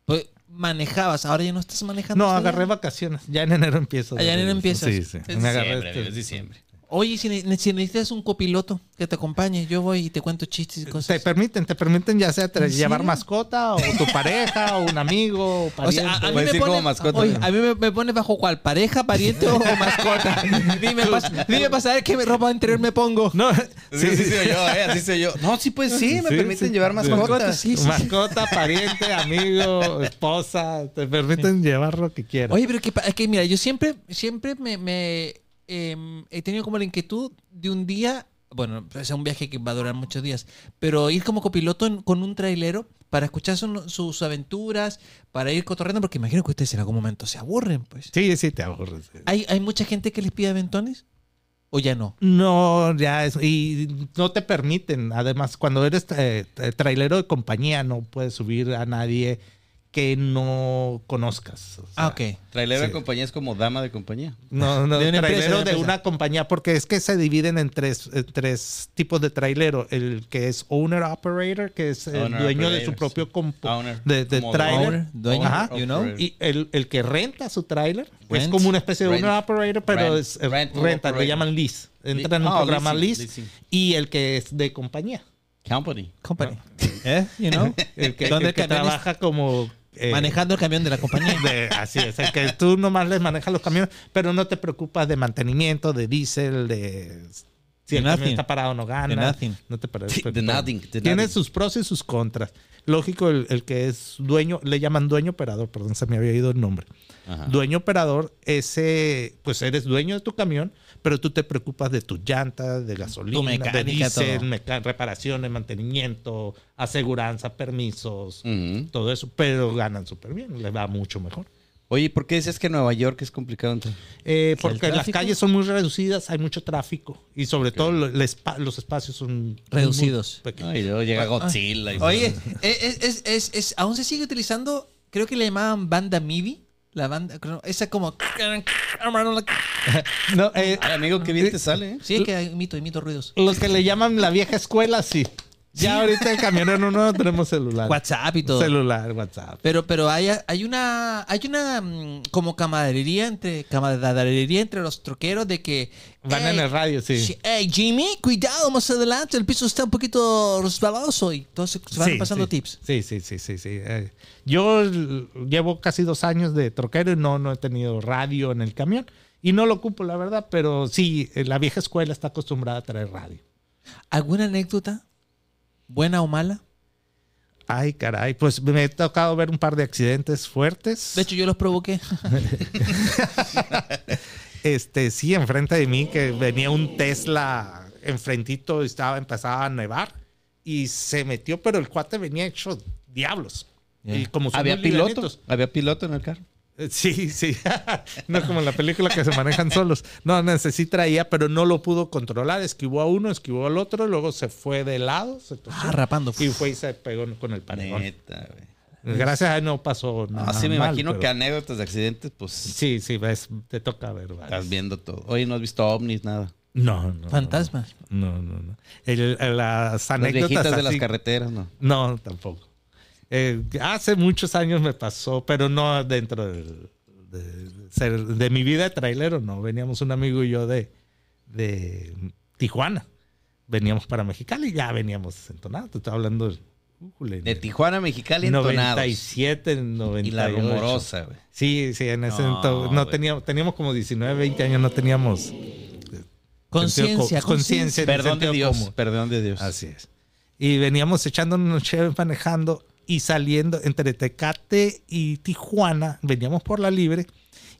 Speaker 3: Pues manejabas, ahora ya no estás manejando.
Speaker 2: No,
Speaker 3: hasta
Speaker 2: agarré
Speaker 3: allá.
Speaker 2: vacaciones. Ya en enero empiezo.
Speaker 3: Ah, ya en enero empiezas.
Speaker 2: Sí, sí.
Speaker 3: Es
Speaker 2: Me agarré
Speaker 1: Diciembre,
Speaker 2: este-
Speaker 1: es diciembre.
Speaker 3: Oye, si, ne- si necesitas un copiloto que te acompañe, yo voy y te cuento chistes y
Speaker 2: Te
Speaker 3: cosas.
Speaker 2: permiten, te permiten ya sea tra-
Speaker 3: ¿En
Speaker 2: llevar
Speaker 3: serio?
Speaker 2: mascota o tu pareja o un amigo o
Speaker 3: O sea, ah, a, a
Speaker 2: pariente.
Speaker 3: mí
Speaker 1: Puedes
Speaker 3: me
Speaker 1: ir como
Speaker 3: pone,
Speaker 1: mascota.
Speaker 3: oye, a mí me, me pone bajo cuál, pareja, pariente o mascota. dime, pas- dime para saber qué ropa interior me pongo.
Speaker 2: No,
Speaker 1: Sí, sí, se oyó, eh, así se oyó. No, sí, pues sí, me
Speaker 2: Sí,
Speaker 1: permiten
Speaker 2: sí.
Speaker 1: llevar más
Speaker 2: Sí.
Speaker 1: mascotas.
Speaker 3: Sí, sí.
Speaker 2: Mascota, pariente, amigo, esposa, te permiten llevar lo que quieras.
Speaker 3: Oye, pero que, pa- es que mira, yo siempre, siempre me, me, em, he tenido como la inquietud de un día, bueno, es un viaje que va a durar muchos días, pero ir como copiloto en- con un trailero para escuchar su- sus aventuras, para ir cotorreando, porque imagino que ustedes en algún momento se aburren, pues.
Speaker 2: sí, sí, te aburres.
Speaker 3: ¿Hay, hay mucha gente que les pide aventones? ¿O ya no?
Speaker 2: No, ya es. Y no te permiten. Además, cuando eres eh, eh, trailero de compañía, no puedes subir a nadie que no conozcas. O sea,
Speaker 3: Ah, ok.
Speaker 1: Trailero de
Speaker 2: Sí.
Speaker 1: compañía es como dama de compañía.
Speaker 2: No, no,
Speaker 3: De una empresa,
Speaker 2: trailero
Speaker 3: de una
Speaker 2: de
Speaker 3: empresa.
Speaker 2: una compañía, porque es que se dividen en tres, en tres tipos de trailero. El que es owner operator, que es el
Speaker 1: Owner
Speaker 2: dueño de su
Speaker 1: operator,
Speaker 2: propio
Speaker 1: sí.
Speaker 2: compo-
Speaker 1: Owner,
Speaker 2: de, de
Speaker 1: como
Speaker 2: trailer.
Speaker 3: Owner, dueño,
Speaker 2: Ajá.
Speaker 1: Owner
Speaker 3: you know.
Speaker 1: operator.
Speaker 2: Y el, el que renta su trailer es
Speaker 3: Rent.
Speaker 2: como una especie de
Speaker 1: Rent.
Speaker 2: owner operator, pero
Speaker 1: Rent.
Speaker 2: es eh,
Speaker 1: Rental
Speaker 2: renta, lo
Speaker 1: operator.
Speaker 2: llaman lease. Entra en
Speaker 1: Le-
Speaker 2: un
Speaker 1: ah,
Speaker 2: programa
Speaker 1: leasing,
Speaker 2: lease.
Speaker 1: leasing.
Speaker 2: Y el que es de compañía.
Speaker 1: Company.
Speaker 3: Company. ¿Eh? You know.
Speaker 2: Ah. El que,
Speaker 3: Donde
Speaker 2: el que
Speaker 3: el camión es-
Speaker 2: trabaja como. eh,
Speaker 3: Manejando el camión de la compañía.
Speaker 2: de- así es, el que tú nomás les manejas los camiones, pero no te preocupas de mantenimiento, de diésel, de si
Speaker 3: De
Speaker 2: el camión
Speaker 3: nothing.
Speaker 2: está parado o no
Speaker 3: De
Speaker 2: gana.
Speaker 3: nothing.
Speaker 2: No te pre-
Speaker 1: Sí, de
Speaker 2: preocupas.
Speaker 1: nothing, de
Speaker 2: Tiene
Speaker 1: nothing.
Speaker 2: sus pros y sus contras. Lógico, el, el que es dueño, le llaman dueño operador, perdón, se me había ido el nombre.
Speaker 1: Ajá.
Speaker 2: Dueño operador, ese, pues eres dueño de tu camión, pero tú te preocupas de tus llantas, de gasolina,
Speaker 3: mecánica,
Speaker 2: de diésel,
Speaker 3: todo.
Speaker 2: meca- reparaciones, mantenimiento, aseguranza, permisos,
Speaker 1: Ujú.
Speaker 2: todo eso, pero ganan súper bien, les va mucho mejor.
Speaker 1: Oye, ¿por qué decías que Nueva York es complicado? entonces?
Speaker 2: Eh,
Speaker 3: ¿El
Speaker 2: porque las
Speaker 3: tráfico?
Speaker 2: calles son muy reducidas, hay mucho tráfico y sobre todo lo- el espa- los espacios son
Speaker 3: Reducidos.
Speaker 2: muy pequeños.
Speaker 1: Ay, luego llega Godzilla. y-
Speaker 3: eh, Oye, es, es- es- es- aún se sigue utilizando, creo que le llamaban banda MIDI, La banda, creo- esa como...
Speaker 2: No, eh,
Speaker 1: Ay, amigo, qué bien te sale, ¿eh?
Speaker 3: Sí, es que imito, imito ruidos.
Speaker 2: los que le llaman la vieja escuela, sí. Ya ahorita el camionero no tenemos celular.
Speaker 3: WhatsApp y todo.
Speaker 2: Celular, WhatsApp.
Speaker 3: Pero, pero hay, hay una, hay una mm, como camaradería entre, camaradería entre los troqueros de que
Speaker 2: Van en
Speaker 3: "Ey,
Speaker 2: el radio, sí.
Speaker 3: Sí, Hey Jimmy, cuidado más adelante, el piso está un poquito resbaloso y entonces se van
Speaker 2: Sí,
Speaker 3: pasando
Speaker 2: sí.
Speaker 3: tips.
Speaker 2: Sí, sí, sí, sí, sí. Eh, yo l- llevo casi dos años de troquero y no, no he tenido radio en el camión. Y no lo ocupo, la verdad, pero sí, eh, la vieja escuela está acostumbrada a traer radio.
Speaker 3: ¿Alguna anécdota buena o mala?
Speaker 2: Ay, caray, pues me he tocado ver un par de accidentes fuertes.
Speaker 3: De hecho, yo los provoqué.
Speaker 2: este, sí, enfrente de mí que venía un Tesla enfrentito y estaba empezaba a nevar y se metió, pero el cuate venía hecho diablos.
Speaker 3: Ya.
Speaker 2: Y como son
Speaker 1: Había
Speaker 2: muy
Speaker 1: piloto.
Speaker 2: livianitos-
Speaker 1: Había piloto en el carro.
Speaker 2: Eh, Sí, sí. no como en la película que se manejan solos. No, no, ese sí traía, pero no lo pudo controlar. Esquivó a uno, esquivó al otro, luego se fue de lado, se torció,
Speaker 3: Ah, rapando.
Speaker 2: y fue y se pegó con el paredón.
Speaker 1: Neta, güey.
Speaker 2: Gracias a él no pasó
Speaker 1: No,
Speaker 2: nada.
Speaker 1: sí, me
Speaker 2: mal,
Speaker 1: imagino
Speaker 2: pero-
Speaker 1: que anécdotas de accidentes, pues
Speaker 2: Sí, sí, ves, te toca ver. varios.
Speaker 1: estás viendo todo. Oye, no has visto ovnis, nada.
Speaker 2: No, no.
Speaker 3: Fantasma.
Speaker 2: No, no, no. El- el- las
Speaker 1: Las
Speaker 2: anécdotas
Speaker 1: viejitas de las
Speaker 2: así-
Speaker 1: carreteras, no.
Speaker 2: No, tampoco. Eh, hace muchos años me pasó, pero no dentro del- de, ser- de mi vida de trailero, no. Veníamos un amigo y yo de, de Tijuana. Veníamos para Mexicali y ya veníamos entonados. Te estaba hablando de, újule,
Speaker 1: De Tijuana, Mexicali, entonados.
Speaker 2: 97, 98.
Speaker 1: Y la rumorosa, güey.
Speaker 2: Sí, sí, en ese
Speaker 1: No,
Speaker 2: entonces no
Speaker 1: güey.
Speaker 2: teníamos, teníamos como 19, 20 años, no teníamos
Speaker 3: Conciencia.
Speaker 2: Sentido co- conciencia. en el
Speaker 1: Perdón de
Speaker 2: sentido
Speaker 1: Dios,
Speaker 2: común.
Speaker 1: perdón de Dios.
Speaker 2: Así es. Y veníamos echando unos chéves manejando y saliendo entre Tecate y Tijuana, veníamos por la libre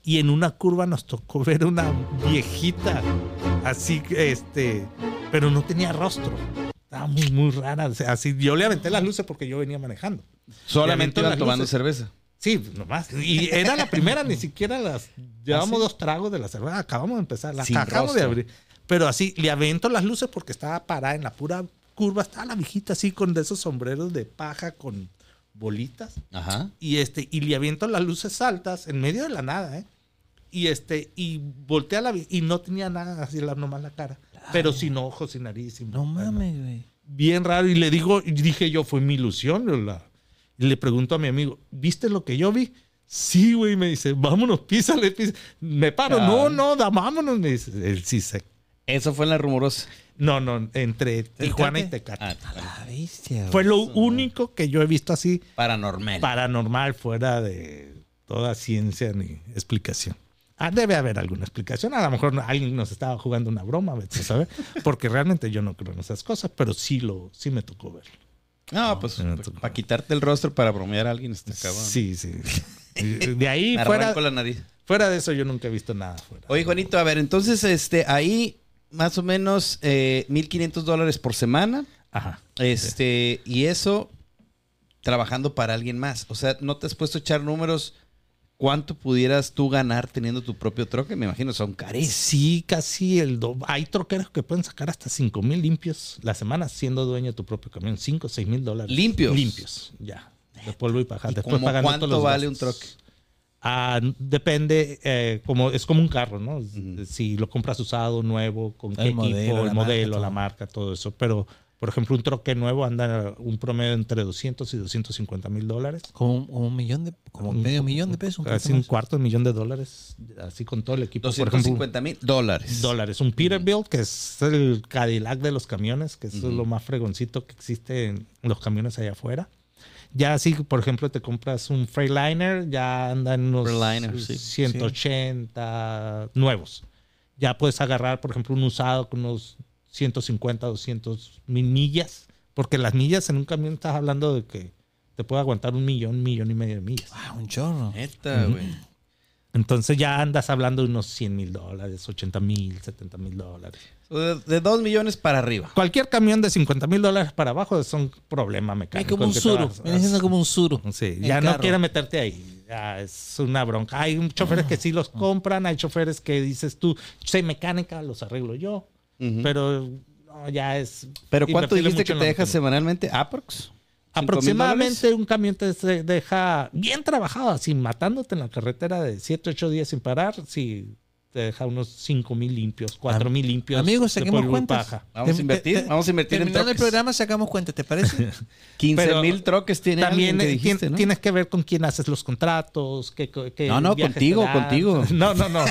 Speaker 2: y en una curva nos tocó ver una viejita así este, pero no tenía rostro. Estaba muy muy rara, o sea, así yo le aventé las luces porque yo venía manejando.
Speaker 1: Solamente
Speaker 2: Y
Speaker 1: iban
Speaker 2: las
Speaker 1: tomando
Speaker 2: luces.
Speaker 1: cerveza.
Speaker 2: Sí, nomás. Y era la primera, ni siquiera las. Llevamos dos tragos de la cerveza, acabamos de empezar, las
Speaker 1: ¿Ah, Sin
Speaker 2: acabamos de
Speaker 1: rostro.
Speaker 2: abrir. Pero así, le avento las luces porque estaba parada en la pura curva, estaba la viejita así con de esos sombreros de paja con bolitas.
Speaker 1: Ajá.
Speaker 2: Y este, y le aviento las luces altas en medio de la nada, ¿eh? Y este, y voltea la vi- y no tenía nada, así la, nomás la cara.
Speaker 1: Ah.
Speaker 2: Pero sin ojos, sin nariz, sin
Speaker 3: No
Speaker 2: boca,
Speaker 3: mames, güey.
Speaker 2: bien raro. Y le digo, y dije yo, fue mi ilusión. yo la- y le pregunto a mi amigo, ¿viste lo que yo vi? Sí, güey, me dice, vámonos, písale, písale. Me paro,
Speaker 1: Ah.
Speaker 2: no, no, da, vámonos. Me dice, él sí se.
Speaker 1: Eso fue en la rumorosa.
Speaker 2: No, no, entre Tijuana y Tecate. Ah,
Speaker 1: Ah,
Speaker 3: La bestia, güey.
Speaker 2: fue lo único que yo he visto así
Speaker 1: paranormal.
Speaker 2: paranormal fuera de toda ciencia ni explicación. Ah, debe haber alguna explicación. A lo mejor no- alguien nos estaba jugando una broma, vete a saber, porque realmente yo no creo en esas cosas, pero sí lo, sí me tocó verlo.
Speaker 1: no, pues
Speaker 2: No, no,
Speaker 1: para
Speaker 2: no.
Speaker 1: quitarte el rostro para bromear a alguien está cabrón.
Speaker 2: Sí, sí. De ahí
Speaker 1: Me
Speaker 2: fuera,
Speaker 1: arranco la nariz.
Speaker 2: fuera de eso yo nunca he visto nada fuera.
Speaker 1: Oye, Juanito, a ver, entonces este ahí más o menos eh, 1500 dólares por semana.
Speaker 2: Ajá.
Speaker 1: Este, y eso trabajando para alguien más. O sea, no te has puesto a echar números cuánto pudieras tú ganar teniendo tu propio troque. Me imagino son carísimos.
Speaker 2: Sí, casi el do... Hay troqueros que pueden sacar hasta 5 mil limpios la semana siendo dueño de tu propio camión. 5, 6 mil dólares.
Speaker 1: ¿Limpios?
Speaker 2: Limpios, ya. De polvo y paja.
Speaker 1: ¿Y
Speaker 2: Después
Speaker 1: como
Speaker 2: pagando
Speaker 1: cuánto
Speaker 2: todos los
Speaker 1: vale
Speaker 2: gastos.
Speaker 1: un troque?
Speaker 2: Ah, depende, eh, como, es como un carro, ¿no? Si lo compras usado, nuevo, con
Speaker 3: El
Speaker 2: qué equipo,
Speaker 3: modelo, la
Speaker 2: el modelo,
Speaker 3: marca, todo.
Speaker 2: la marca, todo eso. Pero, por ejemplo, un troque nuevo anda un promedio entre 200 y 250 mil dólares.
Speaker 3: Como un, como un millón de... Como
Speaker 2: Un-
Speaker 3: medio millón de pesos. un poquito
Speaker 2: Casi un
Speaker 3: más.
Speaker 2: cuarto de millón de dólares, así con todo el equipo. Por ejemplo,
Speaker 1: 250 mil dólares.
Speaker 2: dólares. Un Peterbilt, que es el Cadillac de los camiones, que eso es lo más fregoncito que existe en los camiones allá afuera. Ya si, por ejemplo, te compras un Freightliner, ya andan unos
Speaker 1: Freightliner, sí,
Speaker 2: 180 nuevos. Ya puedes agarrar, por ejemplo, un usado con unos 150, 200 mil millas, porque las millas en un camión estás hablando de que te puede aguantar un millón, millón y medio de millas.
Speaker 3: Ah, un chorro.
Speaker 2: Eh,
Speaker 1: Neta, güey.
Speaker 2: Entonces ya andas hablando de unos 100 mil dólares, 80 mil, 70 mil dólares.
Speaker 1: O De, de 2 millones para arriba.
Speaker 2: Cualquier camión de 50 mil dólares para abajo es un problema
Speaker 3: Es
Speaker 2: mecánico.
Speaker 3: como un
Speaker 2: que te
Speaker 3: suru.
Speaker 2: vas-
Speaker 3: Viene siendo como un suru.
Speaker 2: Sí,
Speaker 3: El
Speaker 2: ya no
Speaker 3: carro.
Speaker 2: quiere meterte ahí. Ya es una bronca. Hay un- choferes que sí los compran, hay choferes que dices tú, soy mecánica, los arreglo yo.
Speaker 1: Ujú.
Speaker 2: Pero no, ya es...
Speaker 1: Pero ¿cuánto
Speaker 2: invertirle
Speaker 1: dijiste
Speaker 2: mucho
Speaker 1: que
Speaker 2: en
Speaker 1: te
Speaker 2: la
Speaker 1: dejas
Speaker 2: mecánica.
Speaker 1: semanalmente? ¿Aprox?
Speaker 2: Aproximadamente un camión te se- deja bien trabajado, así matándote en la carretera de 7, 8 días sin parar, si te deja unos 5 mil limpios, 4 mil limpios.
Speaker 3: Amigos,
Speaker 2: de
Speaker 3: saquemos
Speaker 2: polvo y
Speaker 3: cuentas.
Speaker 2: paja.
Speaker 1: Vamos a
Speaker 3: Te-
Speaker 1: invertir,
Speaker 3: te- te-
Speaker 1: vamos a invertir en
Speaker 3: Terminando el
Speaker 1: troques.
Speaker 3: programa, sacamos cuenta, ¿te parece?
Speaker 1: 15
Speaker 2: Pero
Speaker 1: mil troques tiene alguien
Speaker 2: También
Speaker 1: que
Speaker 2: eh, tien-
Speaker 1: dijiste, ¿no?
Speaker 2: tienes que ver con quién haces los contratos, qué, co- qué
Speaker 1: No, no,
Speaker 2: viajes te
Speaker 1: contigo,
Speaker 2: dan.
Speaker 1: contigo.
Speaker 2: No, no, no.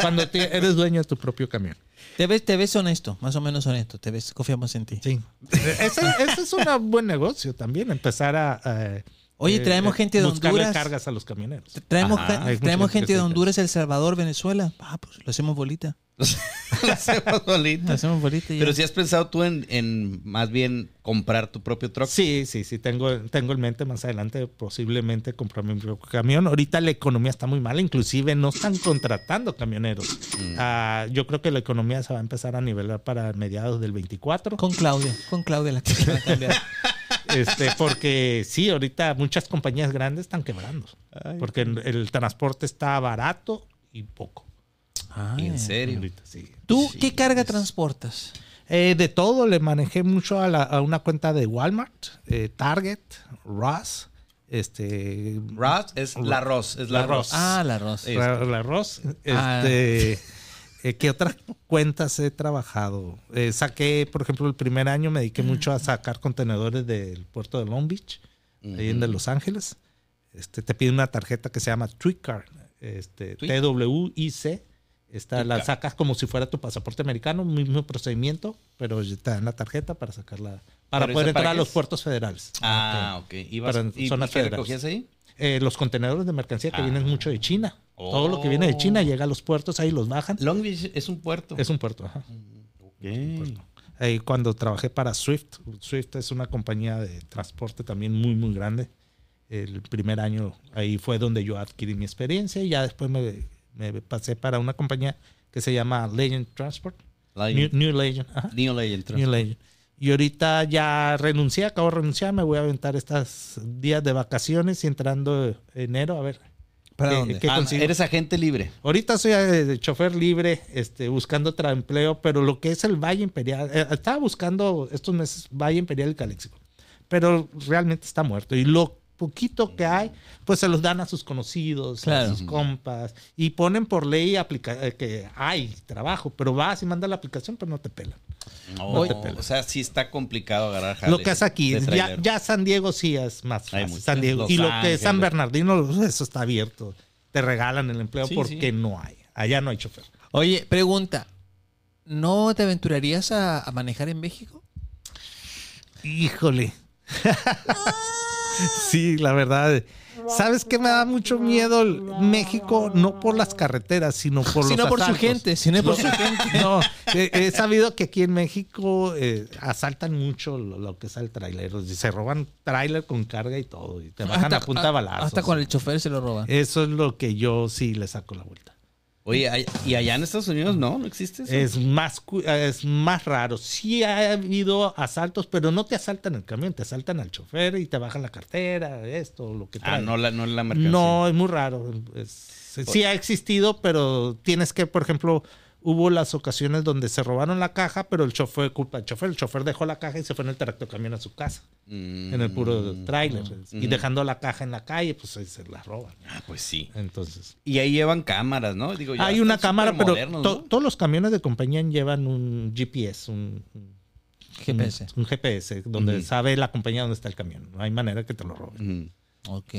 Speaker 2: Cuando te- eres dueño de tu propio camión.
Speaker 3: te, ves, te ves honesto, más o menos honesto. Te ves, confiamos en ti.
Speaker 2: Sí. Eh, Ese, ese es un buen negocio también, empezar a... eh,
Speaker 3: Oye,
Speaker 2: eh,
Speaker 3: traemos gente de
Speaker 2: buscarle
Speaker 3: Honduras.
Speaker 2: cargas a los camioneros.
Speaker 3: Traemos,
Speaker 1: Ajá.
Speaker 3: gen-
Speaker 1: Hay
Speaker 2: mucha
Speaker 3: traemos
Speaker 2: gente
Speaker 3: gente
Speaker 2: que
Speaker 3: de
Speaker 2: está
Speaker 3: Honduras, El Salvador, Venezuela. Ah, pues lo hacemos bolita.
Speaker 1: Lo hacemos solito.
Speaker 3: Lo hacemos bolita. y ya.
Speaker 1: Pero si has pensado tú en, en más bien comprar tu propio troque.
Speaker 2: Sí, sí, sí, tengo, tengo en mente más adelante posiblemente comprar mi propio camión. Ahorita la economía está muy mala, inclusive no están contratando camioneros.
Speaker 1: Mm.
Speaker 2: Ah, yo creo que la economía se va a empezar a nivelar para mediados del 24.
Speaker 3: Con Claudia, con Claudia la que se va a cambiar.
Speaker 2: Este, porque sí, ahorita muchas compañías grandes están quebrando.
Speaker 1: Ay.
Speaker 2: Porque el, el transporte está barato y poco.
Speaker 1: ¿En serio?
Speaker 2: Ahorita, sí.
Speaker 3: ¿Tú
Speaker 1: Sí,
Speaker 3: qué carga
Speaker 1: es-
Speaker 3: transportas?
Speaker 2: Eh, de todo, le manejé mucho a, la- a una cuenta de Walmart, eh, Target, Ross, este,
Speaker 1: Ross es la Ross, es la,
Speaker 2: La
Speaker 1: Ross.
Speaker 2: Ross.
Speaker 3: Ah, la arroz.
Speaker 1: Eh,
Speaker 2: Ra- La Ross.
Speaker 3: Ah.
Speaker 2: Este, eh, ¿Qué otras cuentas he trabajado? Eh, saqué, por ejemplo, el primer año me dediqué mucho a sacar contenedores del puerto de Long Beach, ahí en de Los Ángeles. Este, te piden una tarjeta que se llama TWICAR, este,
Speaker 1: Tweet.
Speaker 2: T-W-I-C. Esta, la
Speaker 1: Tweetcard.
Speaker 2: sacas como si fuera tu pasaporte americano, mismo procedimiento, pero te dan la tarjeta para sacarla, para
Speaker 1: ¿Pero
Speaker 2: poder
Speaker 1: esa para
Speaker 2: entrar a
Speaker 1: qué
Speaker 2: los
Speaker 1: es?
Speaker 2: puertos federales.
Speaker 1: Ah, ok. ¿Ibas-
Speaker 2: Para
Speaker 1: ¿Y,
Speaker 2: zonas
Speaker 1: y qué
Speaker 2: federales.
Speaker 1: recogías ahí?
Speaker 2: Eh, los contenedores de mercancía que
Speaker 1: Ah.
Speaker 2: vienen mucho de China.
Speaker 1: Oh.
Speaker 2: Todo lo que viene de China llega a los puertos, ahí los bajan.
Speaker 1: Long Beach es un puerto.
Speaker 2: Es un puerto, ajá.
Speaker 1: Mm. Ok.
Speaker 2: Ahí cuando trabajé para Swift, Swift es una compañía de transporte también muy, muy grande. El primer año ahí fue donde yo adquirí mi experiencia y ya después me, me pasé para una compañía que se llama Legend Transport. New,
Speaker 1: Legend.
Speaker 2: New Legend, ajá.
Speaker 1: New Legend.
Speaker 2: New Legend. Y ahorita ya renuncié, acabo de renunciar, me voy a aventar estos días de vacaciones y entrando enero, a ver.
Speaker 3: ¿Para
Speaker 2: ¿Qué-
Speaker 3: dónde?
Speaker 2: qué
Speaker 1: Ah,
Speaker 2: consigo?
Speaker 1: eres agente libre.
Speaker 2: Ahorita soy eh, chofer libre, este, buscando otro empleo, pero lo que es el Valle Imperial, eh, estaba buscando estos meses Valle Imperial y Caléxico, pero realmente está muerto. Y lo poquito que hay, pues se los dan a sus conocidos,
Speaker 3: Claro.
Speaker 2: a sus compas, y ponen por ley aplica eh, que hay trabajo, pero vas y mandas la aplicación, pero no te pelan.
Speaker 1: No,
Speaker 2: te
Speaker 1: o sea, sí está complicado agarrar
Speaker 2: lo
Speaker 1: jales
Speaker 2: que es aquí,
Speaker 1: de
Speaker 2: ya,
Speaker 1: trailero.
Speaker 2: ya San Diego sí es más
Speaker 1: Hay
Speaker 2: fácil.
Speaker 1: mucho.
Speaker 2: San Diego.
Speaker 1: Los
Speaker 2: y lo que es San
Speaker 1: Ángeles.
Speaker 2: Bernardino, eso está abierto. Te regalan el empleo
Speaker 1: Sí,
Speaker 2: porque
Speaker 1: sí.
Speaker 2: no hay. Allá no hay chofer.
Speaker 3: Oye, pregunta. ¿No te aventurarías a, a manejar en México?
Speaker 2: Híjole. sí, la verdad. ¿Sabes qué me da mucho miedo el- México? No por las carreteras, sino por los
Speaker 3: si no por su
Speaker 2: asaltos.
Speaker 3: gente, si no por su gente.
Speaker 2: No, he, he sabido que aquí en México eh, asaltan mucho lo, lo que es el trailer. Se roban trailer con carga y todo. Y te bajan a punta Eh, de balazos.
Speaker 3: Ah, Hasta con el chofer se lo roban.
Speaker 2: Eso es lo que yo sí le saco la vuelta.
Speaker 1: Oye, ay- ¿y allá en Estados Unidos no? ¿No existe eso?
Speaker 2: Es más, cu- es más raro. Sí ha habido asaltos, pero no te asaltan el camión, te asaltan al chofer y te bajan la cartera, esto, lo que
Speaker 1: ah,
Speaker 2: traen.
Speaker 1: no la, no la mercancía. Pues
Speaker 2: No, es muy raro. Es- sí ha existido, pero tienes que, por ejemplo, hubo las ocasiones donde se robaron la caja, pero el chofer, culpa del chofer, el chofer dejó la caja y se fue en el tracto camión a su casa,
Speaker 1: Mm.
Speaker 2: en el puro tráiler. Y
Speaker 1: Ujú.
Speaker 2: dejando la caja en la calle, pues ahí se la roban.
Speaker 1: Ah, pues sí.
Speaker 2: Entonces...
Speaker 1: Y ahí llevan cámaras, ¿no? Digo, Pues ya
Speaker 2: Hay una
Speaker 1: están
Speaker 2: cámara, pero
Speaker 1: supermodernos,
Speaker 2: to-
Speaker 1: ¿no?
Speaker 2: todos los camiones de compañía llevan un GPS, un un- mm.
Speaker 3: GPS.
Speaker 2: un GPS, donde
Speaker 1: Ujú.
Speaker 2: sabe la compañía dónde está el camión. No hay manera que te lo roben.
Speaker 1: Ujú.
Speaker 3: Ok.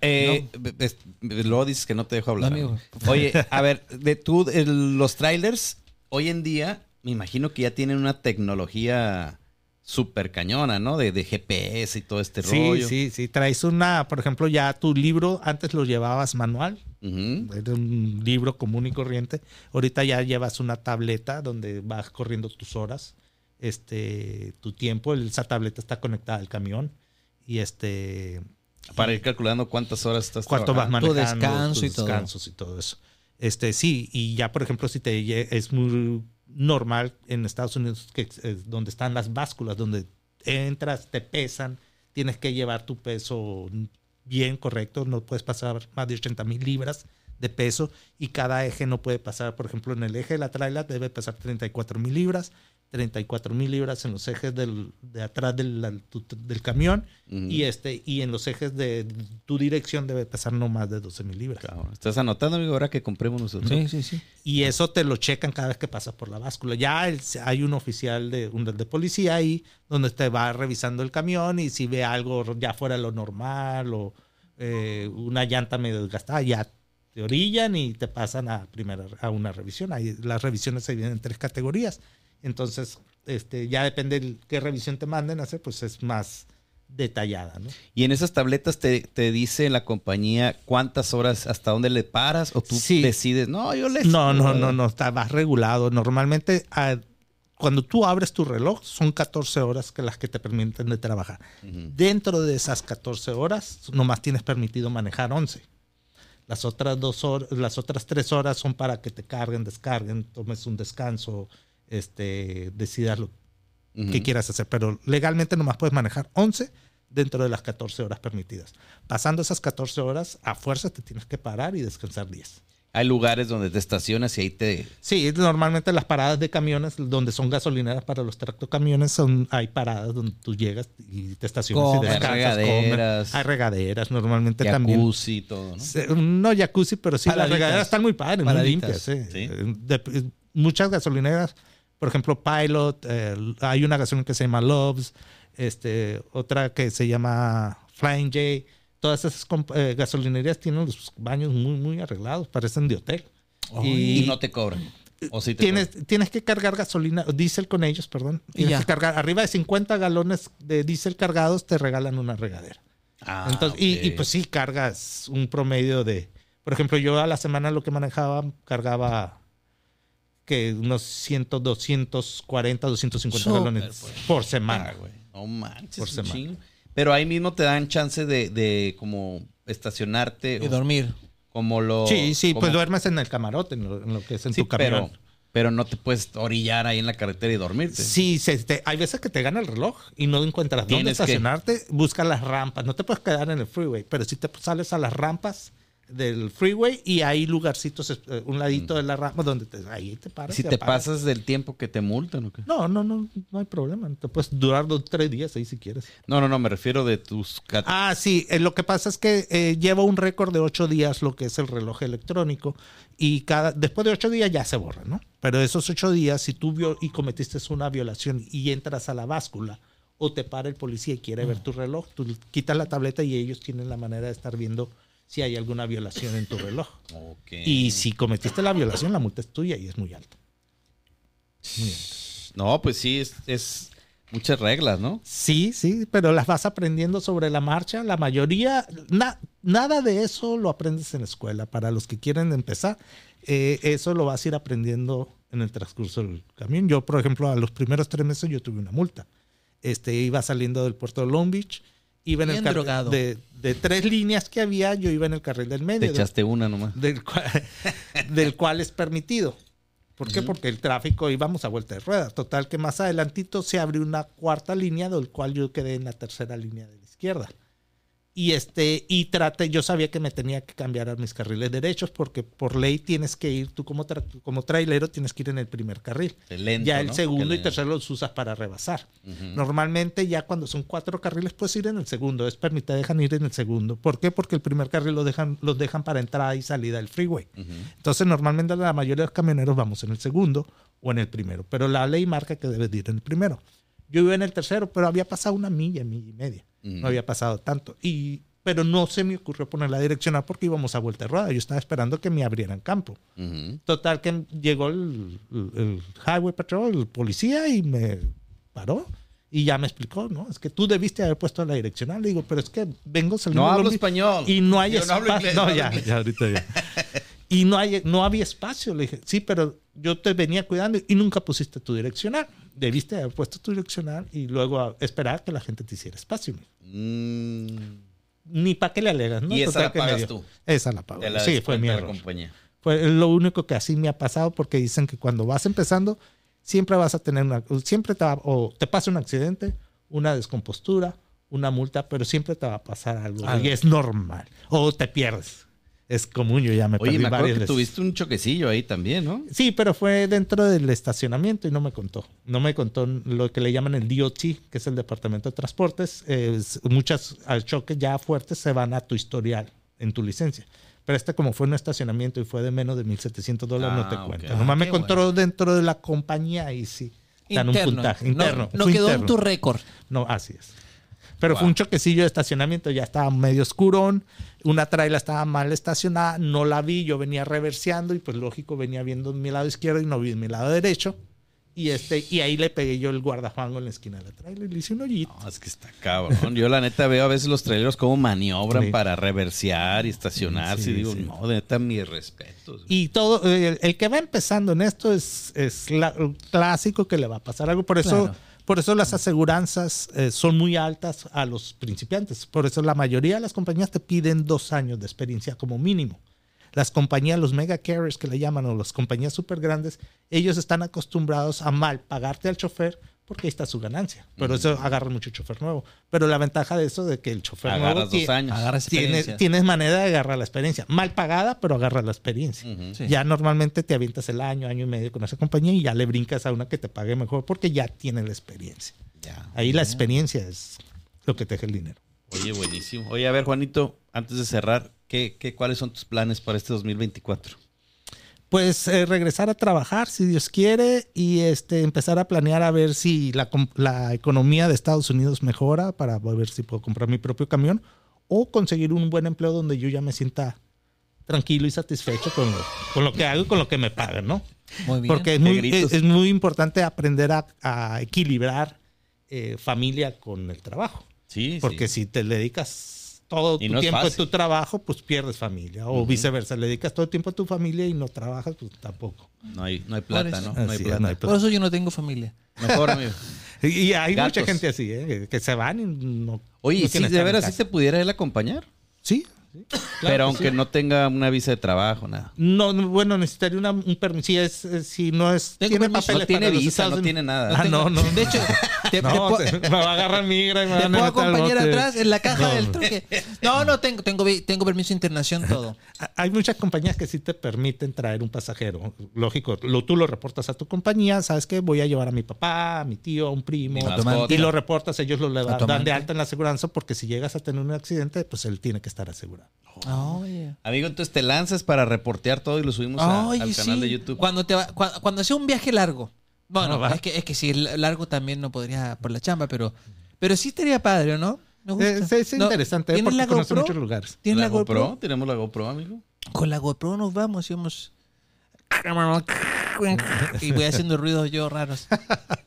Speaker 1: Eh, be- be- be- Luego dices que no te dejo hablar.
Speaker 3: No, amigo.
Speaker 1: Oye, a ver, de tú, el- los trailers, hoy en día, me imagino que ya tienen una tecnología súper cañona, ¿no? De, de GPS y todo este
Speaker 2: Sí,
Speaker 1: rollo.
Speaker 2: sí, sí. Traes una, por ejemplo, ya tu libro, antes lo llevabas manual,
Speaker 1: Ujú.
Speaker 2: era un libro común y corriente. Ahorita ya llevas una tableta donde vas corriendo tus horas, este, tu tiempo. Esa tableta está conectada al camión y este
Speaker 1: Para ir calculando cuántas horas estás
Speaker 2: cuánto vas
Speaker 1: trabajando.
Speaker 2: manejando,
Speaker 3: Tu descanso
Speaker 2: tus
Speaker 3: y todo.
Speaker 2: descansos y todo eso. Este, sí, y ya, por ejemplo, si te lle- es muy normal en Estados Unidos que es- es donde están las básculas, donde entras, te pesan, tienes que llevar tu peso bien correcto, no puedes pasar más de 80 mil libras de peso y cada eje no puede pasar, por ejemplo, en el eje de la trailer debe pesar 34 mil libras, 34 mil libras en los ejes del- de atrás del, al- tu- del camión
Speaker 1: Ujú.
Speaker 2: y, este, y en los ejes de tu dirección debe pesar no más de 12 mil libras.
Speaker 1: Cabrón, Estás anotando, amigo, ahora que compremos nosotros.
Speaker 3: Sí, sí, sí.
Speaker 2: Y eso te lo checan cada vez que pasas por la báscula. Ya el- hay un oficial de, un, de policía ahí donde te va revisando el camión y si ve algo ya fuera de lo normal o eh, una llanta medio desgastada, ya te orillan y te pasan a, primera, a una revisión. Ahí las revisiones se vienen en tres categorías. Entonces, este, ya depende el- qué revisión te manden a hacer, pues es más detallada. ¿no?
Speaker 1: Y en esas tabletas te, te dice la compañía cuántas horas, hasta dónde le paras, o tú
Speaker 2: Sí.
Speaker 1: decides, no, yo le.
Speaker 2: No, no, no, no, está más regulado. Normalmente, ah, cuando tú abres tu reloj, son 14 horas que las que te permiten de trabajar.
Speaker 1: Ujú.
Speaker 2: Dentro de esas 14 horas, nomás tienes permitido manejar 11. Las otras, dos horas, las otras tres horas son para que te carguen, descarguen, tomes un descanso, este, decidas lo
Speaker 1: Ujú.
Speaker 2: que quieras hacer. Pero legalmente nomás puedes manejar 11 dentro de las 14 horas permitidas. Pasando esas 14 horas, a fuerza te tienes que parar y descansar 10.
Speaker 1: Hay lugares donde te estacionas y ahí te.
Speaker 2: Sí, normalmente las paradas de camiones, donde son gasolineras para los tractocamiones, son, hay paradas donde tú llegas y te estacionas
Speaker 3: Comes.
Speaker 2: y
Speaker 1: Hay
Speaker 2: descansas,
Speaker 1: regaderas.
Speaker 2: comes. Hay regaderas, normalmente también.
Speaker 1: jacuzzi y todo, ¿no?
Speaker 2: Se- No jacuzzi, pero sí,
Speaker 3: Paladitas.
Speaker 2: las regaderas están muy padres, muy limpias.
Speaker 3: Paladitas.
Speaker 2: sí.
Speaker 1: Sí.
Speaker 2: Eh, de- muchas gasolineras, por ejemplo, Pilot, eh, hay una gasolina que se llama Loves, este, otra que se llama Flying J. Todas esas comp- eh, gasolinerías tienen los baños muy, muy arreglados, parecen de hotel.
Speaker 1: Y, no te cobran. O sí te
Speaker 2: Tienes, tienes que cargar gasolina, o diésel con ellos, perdón.
Speaker 3: Y
Speaker 2: Tienes
Speaker 3: ya.
Speaker 2: que cargar arriba de 50 galones de diésel cargados, te regalan una regadera.
Speaker 1: cobran. Ah,
Speaker 2: Entonces, y-
Speaker 1: ok.
Speaker 2: y, pues sí, cargas un promedio de. Por ejemplo, yo a la semana lo que manejaba, cargaba que unos 100, 240, 250
Speaker 3: Súper,
Speaker 2: galones
Speaker 3: pues.
Speaker 2: por semana.
Speaker 1: güey. Ah, No manches,
Speaker 2: Por
Speaker 1: un
Speaker 2: semana.
Speaker 1: chingo. Pero ahí mismo te dan chance de, de como estacionarte.
Speaker 3: Y
Speaker 1: o
Speaker 3: dormir.
Speaker 1: Como lo.
Speaker 2: Sí, sí, pues
Speaker 1: como-
Speaker 2: duermes en el camarote, en lo, en lo que es en
Speaker 1: Sí,
Speaker 2: tu camión.
Speaker 1: Pero, pero no te puedes orillar ahí en la carretera y dormirte.
Speaker 2: Sí, se te- hay veces que te gana el reloj y no encuentras dónde
Speaker 1: Tienes que-
Speaker 2: estacionarte. Busca las rampas. No te puedes quedar en el freeway, pero si te sales a las rampas del freeway y hay lugarcitos, eh, un ladito de la rampa donde te, ahí te paras.
Speaker 1: Mm. Si
Speaker 2: y
Speaker 1: te
Speaker 2: apagas.
Speaker 1: pasas del tiempo que te multan o qué.
Speaker 2: No, no, no, no hay problema. Te puedes durar dos, tres días ahí si quieres.
Speaker 1: No, no, no, me refiero de tus cat-
Speaker 2: Ah, sí, eh, lo que pasa es que eh, lleva un récord de ocho días lo que es el reloj electrónico y cada después de ocho días ya se borra, ¿no? Pero esos ocho días, si tú vio- y cometiste una violación y entras a la báscula o te para el policía y quiere ver tu reloj, tú quitas la tableta y ellos tienen la manera de estar viendo si hay alguna violación en tu reloj.
Speaker 1: Ok.
Speaker 2: Y si cometiste la violación, la multa es tuya y es muy alta. Muy alta.
Speaker 1: No, pues sí, es, es muchas reglas, ¿no?
Speaker 2: Sí, sí, pero las vas aprendiendo sobre la marcha. La mayoría, na- nada de eso lo aprendes en la escuela. Para los que quieren empezar, eh, eso lo vas a ir aprendiendo en el transcurso del camino. Yo, por ejemplo, a los primeros tres meses yo tuve una multa. Este, iba saliendo del puerto de Long Beach, iba en
Speaker 3: Bien
Speaker 2: el carril-
Speaker 3: drogado.
Speaker 2: de, de tres líneas que había, yo iba en el carril del medio.
Speaker 1: Te
Speaker 2: de-
Speaker 1: echaste una nomás.
Speaker 2: del cual, del cual es permitido. ¿Por qué? Porque el tráfico íbamos a vuelta de ruedas. Total que más adelantito se abrió una cuarta línea, del cual yo quedé en la tercera línea de la izquierda. Y este, y traté, yo sabía que me tenía que cambiar a mis carriles derechos, porque por ley tienes que ir, tú como, tra- como trailero tienes que ir en el primer carril.
Speaker 1: Lento,
Speaker 2: ya el
Speaker 1: ¿no?
Speaker 2: segundo
Speaker 1: Que le-
Speaker 2: y tercero los usas para rebasar.
Speaker 1: Ujú.
Speaker 2: Normalmente ya cuando son cuatro carriles puedes ir en el segundo, es permitido dejan ir en el segundo. ¿Por qué? Porque el primer carril lo dejan, los dejan para entrada y salida del freeway.
Speaker 1: Ujú.
Speaker 2: Entonces normalmente la mayoría de los camioneros vamos en el segundo o en el primero, pero la ley marca que debes de ir en el primero. Yo iba en el tercero, pero había pasado una milla, milla y media.
Speaker 1: Ujú.
Speaker 2: No había pasado tanto. Y, pero no se me ocurrió poner la direccional porque íbamos a vuelta de rueda. Yo estaba esperando que me abrieran campo.
Speaker 1: Ujú.
Speaker 2: Total que llegó el, el- el Highway Patrol, el policía, y me paró. Y ya me explicó, ¿no? Es que tú debiste haber puesto la direccional. Le digo, pero es que vengo saliendo
Speaker 1: No
Speaker 2: de
Speaker 1: hablo
Speaker 2: Long Beach
Speaker 1: español.
Speaker 2: Y no hay
Speaker 1: Yo no
Speaker 2: espacio.
Speaker 1: hablo
Speaker 2: No,
Speaker 1: inglés, no hablo
Speaker 2: ya,
Speaker 1: inglés.
Speaker 2: ya, ahorita ya. Y no, hay, no había espacio. Le dije, sí, pero yo te venía cuidando y nunca pusiste tu direccional. Debiste haber puesto tu direccional y luego a- esperar que la gente te hiciera espacio.
Speaker 1: Mm,
Speaker 2: Ni para qué le alegas, ¿no?
Speaker 1: Y esa
Speaker 2: Total
Speaker 1: la
Speaker 2: que me
Speaker 1: pagas
Speaker 2: dio.
Speaker 1: tú.
Speaker 2: Esa la pago.
Speaker 1: te la
Speaker 2: Sí,
Speaker 1: descuenta
Speaker 2: fue mi
Speaker 1: la
Speaker 2: error.
Speaker 1: compañía.
Speaker 2: Fue lo único que así me ha pasado porque dicen que cuando vas empezando siempre vas a tener una, siempre te va- o te pasa un accidente, una descompostura, una multa, pero siempre te va a pasar algo
Speaker 3: Algo.
Speaker 2: y es normal o te pierdes. Es común, yo ya me
Speaker 1: Oye,
Speaker 2: perdí
Speaker 1: me acuerdo que
Speaker 2: varias veces.
Speaker 1: tuviste un choquecillo ahí también, ¿no?
Speaker 2: Sí, pero fue dentro del estacionamiento y no me contó. No me contó lo que le llaman el DOT, que es el Departamento de Transportes. Es- muchas al choque ya fuertes se van a tu historial, en tu licencia. Pero este como fue un estacionamiento y fue de menos de 1.700 dólares, no
Speaker 1: Ah,
Speaker 2: te
Speaker 1: ok.
Speaker 2: cuenta.
Speaker 1: Ah,
Speaker 2: Nomás me
Speaker 3: qué
Speaker 2: encontró dentro de la compañía y sí. Dan un puntaje
Speaker 3: No-
Speaker 2: interno.
Speaker 3: No,
Speaker 2: fue
Speaker 3: quedó en
Speaker 2: interno.
Speaker 3: tu récord.
Speaker 2: No, así es. Pero fue
Speaker 1: Wow.
Speaker 2: un choquecillo de estacionamiento, ya estaba medio oscurón, una traila estaba mal estacionada, no la vi, yo venía reverseando y pues lógico venía viendo mi lado izquierdo y no vi mi lado derecho. Y, este, y ahí le pegué yo el guardafango en la esquina de la traila y le hice un hoyito.
Speaker 1: No, es que está cabrón. Yo la neta veo a veces los traileros cómo maniobran
Speaker 2: Sí.
Speaker 1: para reversear y estacionarse.
Speaker 2: Sí,
Speaker 1: y digo,
Speaker 2: sí.
Speaker 1: no, de neta, mis respetos.
Speaker 2: Y todo, eh, el, el que va empezando en esto es, es la- un clásico que le va a pasar algo. Por eso,
Speaker 3: Claro.
Speaker 2: por eso las aseguranzas eh, son muy altas a los principiantes. Por eso la mayoría de las compañías te piden dos años de experiencia como mínimo. Las compañías, los mega carriers que le llaman o las compañías súper grandes, ellos están acostumbrados a mal pagarte al chofer porque ahí está su ganancia. Pero eso agarra mucho chofer nuevo. Pero la ventaja de eso es de que el chofer nuevo
Speaker 1: Agarras
Speaker 2: tie-
Speaker 1: dos años.
Speaker 3: Agarra esa experiencia.
Speaker 2: tienes, tienes manera de agarrar la experiencia. Mal pagada, pero agarra la experiencia.
Speaker 1: Ujú.
Speaker 3: Sí.
Speaker 2: Ya normalmente te avientas el año, año y medio con esa compañía y ya le brincas a una que te pague mejor porque ya tiene la experiencia.
Speaker 1: Ya.
Speaker 2: Ahí la experiencia es lo que te deja el dinero.
Speaker 1: Oye, buenísimo. Oye, a ver, Juanito, antes de cerrar, ¿qué, qué, ¿cuáles son tus planes para este 2024?
Speaker 2: Pues eh, regresar a trabajar, si Dios quiere, y este, empezar a planear a ver si la, com- la economía de Estados Unidos mejora para ver si puedo comprar mi propio camión o conseguir un buen empleo donde yo ya me sienta tranquilo y satisfecho con lo, con lo que hago y con lo que me pagan, ¿no?
Speaker 3: Muy bien.
Speaker 2: Porque es
Speaker 1: De
Speaker 2: muy,
Speaker 1: gritos.
Speaker 2: es- es muy importante aprender a, a equilibrar eh, familia con el trabajo.
Speaker 1: Sí,
Speaker 2: Porque si te le dedicas todo
Speaker 1: Y
Speaker 2: tu
Speaker 1: no es
Speaker 2: tiempo a
Speaker 1: fácil.
Speaker 2: tu trabajo, pues pierdes familia. O viceversa, le dedicas todo el tiempo a tu familia y no trabajas, pues tampoco.
Speaker 1: No hay, no hay plata, ¿no? No hay
Speaker 2: Así es,
Speaker 1: plata.
Speaker 2: no hay
Speaker 3: Por eso yo no tengo familia.
Speaker 1: Mejor, amigo.
Speaker 2: Y, y hay
Speaker 1: Gatos.
Speaker 2: mucha gente así, ¿eh? que se van y no.
Speaker 1: Oye,
Speaker 2: no
Speaker 1: ¿y si
Speaker 2: quieren
Speaker 1: de
Speaker 2: estar en
Speaker 1: veras
Speaker 2: casa.
Speaker 1: sí te pudiera él acompañar?
Speaker 2: Sí.
Speaker 1: Pero
Speaker 2: que
Speaker 1: aunque
Speaker 2: sí.
Speaker 1: no tenga una visa de trabajo, nada.
Speaker 2: No, no, bueno, necesitaría una, un permiso. Si, es, eh, si no es.
Speaker 3: Tengo permiso.
Speaker 2: papeles
Speaker 1: No tiene
Speaker 2: para los
Speaker 1: visa,
Speaker 2: Estados
Speaker 1: no
Speaker 2: Unidos.
Speaker 1: tiene nada.
Speaker 2: Ah, no, no.
Speaker 3: De hecho, te, te
Speaker 2: No,
Speaker 3: puedo-
Speaker 2: te- me va a agarrar migra y me
Speaker 3: Te
Speaker 2: van a
Speaker 3: puedo
Speaker 2: meter al
Speaker 3: acompañar
Speaker 2: bote.
Speaker 3: atrás en la caja
Speaker 2: No,
Speaker 3: del
Speaker 2: no.
Speaker 3: troque. No, no tengo, tengo, vi- tengo permiso de internación todo.
Speaker 2: A- Hay muchas compañías que sí te permiten traer un pasajero. Lógico, lo, tú lo reportas a tu compañía, sabes que voy a llevar a mi papá, a mi tío, a un primo.
Speaker 1: Mi
Speaker 2: a tu
Speaker 1: mascota.
Speaker 2: amante. Y lo reportas, ellos lo le-
Speaker 3: A tu
Speaker 2: dan de
Speaker 3: amante.
Speaker 2: alta en la aseguranza porque si llegas a tener un accidente, pues él tiene que estar asegurado.
Speaker 3: Oh, yeah.
Speaker 1: Amigo, entonces te lanzas para reportear todo y lo subimos a-
Speaker 3: Ay,
Speaker 1: al
Speaker 3: sí.
Speaker 1: canal de YouTube.
Speaker 3: Cuando, te va- cua- cuando, sea un viaje largo. Bueno,
Speaker 2: No, va.
Speaker 3: es, que, es que si es largo también no podría por la chamba, pero, pero sí estaría padre, ¿o ¿no? Me gusta.
Speaker 2: Es, es
Speaker 3: No,
Speaker 2: interesante ¿eh?
Speaker 3: ¿Tienes la
Speaker 2: porque conoce
Speaker 3: GoPro?
Speaker 2: muchos lugares.
Speaker 3: ¿Tienes
Speaker 1: ¿La GoPro? ¿Tenemos la GoPro, amigo?
Speaker 3: Con la GoPro nos vamos y vamos. Y voy haciendo ruidos yo raros.